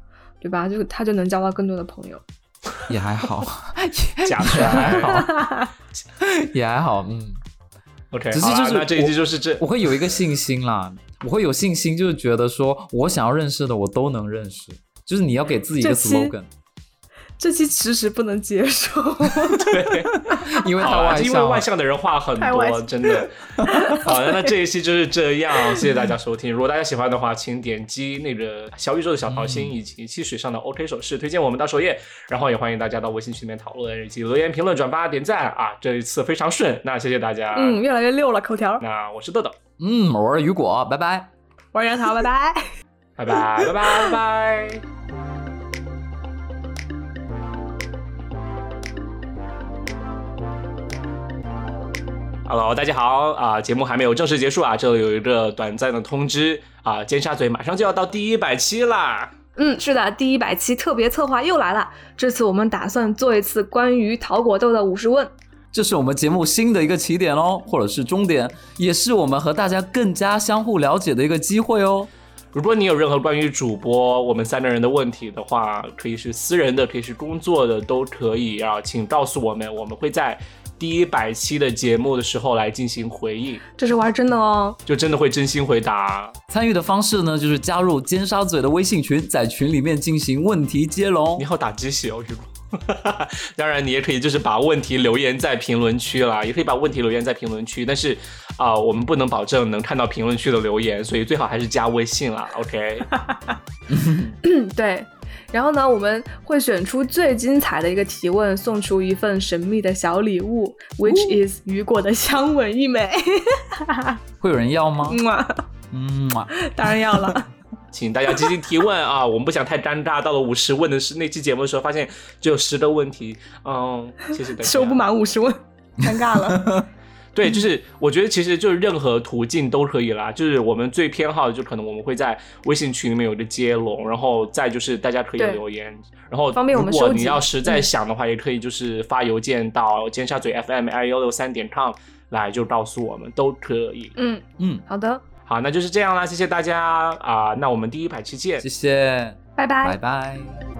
C: 对吧？就他就能交到更多的朋友。
B: 也还
A: [LAUGHS]
B: 好，
A: 假摔还
C: [LAUGHS]
A: 好
B: 也还好，嗯，
A: ，OK，
B: 只是
A: 好啦
B: 就是
A: 那这一
B: 我
A: 集就是这
B: 我会有一个信心啦，我会有信心，就是觉得说我想要认识的我都能认识，就是你要给自己一个
C: 这期
B: slogan，
C: 这期迟迟不能接 [LAUGHS] 受，
B: 因
A: [LAUGHS]
B: 为
A: 好
B: 太
A: 啊，
B: 外
A: 因
B: 向
A: 为
B: 了，
A: 外向的人话很
C: 太外
A: 多，真的。好的，那这一期就是这样，谢谢大家收听。如果大家喜欢的话，请点击那个小宇宙的小桃
B: 嗯
A: 心以及汽水上的 OK 手势，推荐我们到首页。然后也欢迎大家到微信群里面讨论，以及留言、评论、转发、点赞啊！这一次非常顺，那谢谢大家。
C: 嗯，，越来越溜了。口条，
A: 那我是豆豆，
B: 嗯，我是雨果，拜拜。
C: 我是杨桃，拜拜。
A: 拜拜，拜拜，拜拜。Hello，大家好啊、节目还没有正式结束啊，这里有一个短暂的通知啊、尖沙咀马上就要到第一百期啦。
C: [LAUGHS] 嗯，是的，第一百期特别策划又来了。这次我们打算做一次关于桃果豆的五十问。
B: 这是我们节目新的一个起点哦，或者是终点，也是我们和大家更加相互了解的一个机会哦。
A: 如果你有任何关于主播我们三个人的问题的话，可以是私人的，可以是工作的，都可以啊，请告诉我们，我们会在第一百期的节目的时候来进行回应，
C: 这是玩真的哦。
A: 就真的会真心回答。
B: 参与的方式呢，就是加入尖沙咀的微信群，在群里面进行问题接龙
A: 你。好打鸡血哦，雨果。 [LAUGHS] 当然，你也可以就是把问题留言在评论区啦，也可以把问题留言在评论区。但是啊、我们不能保证能看到评论区的留言，所以最好还是加微信啦。OK，
C: [LAUGHS] 嗯，对。然后呢，我们会选出最精彩的一个提问，送出一份神秘的小礼物、w h i c h is 雨果的香吻一枚。
B: 会有人要吗？
C: [LAUGHS] 嗯啊，
B: 嗯，哇
C: 当然要 [LAUGHS] 了。
A: 请大家积极提问啊，我们不想太尴尬。到了五十问的是那期节目的时候，发现只有十个问题，嗯，谢谢大家。
C: 收不满五十问，尴尬了。
A: 对，
C: 嗯
A: 就是我觉得其实就是任何途径都可以啦。就是我们最偏好的，就可能我们会在微信群里面有一个接龙，然后再就是大家可以
C: 对
A: 留言，然后
C: 方便我们
A: 如果
C: 收集嗯
A: 你要实在想的话，也可以就是发邮件到尖沙咀 FM 二幺六三点 com 来就告诉我们都可以。
C: [LAUGHS] 嗯，
B: 嗯，
C: 好的，
A: 好，那就是这样啦，谢谢大家啊、那我们第一百期见
B: 谢。谢，
C: 拜拜
B: 拜拜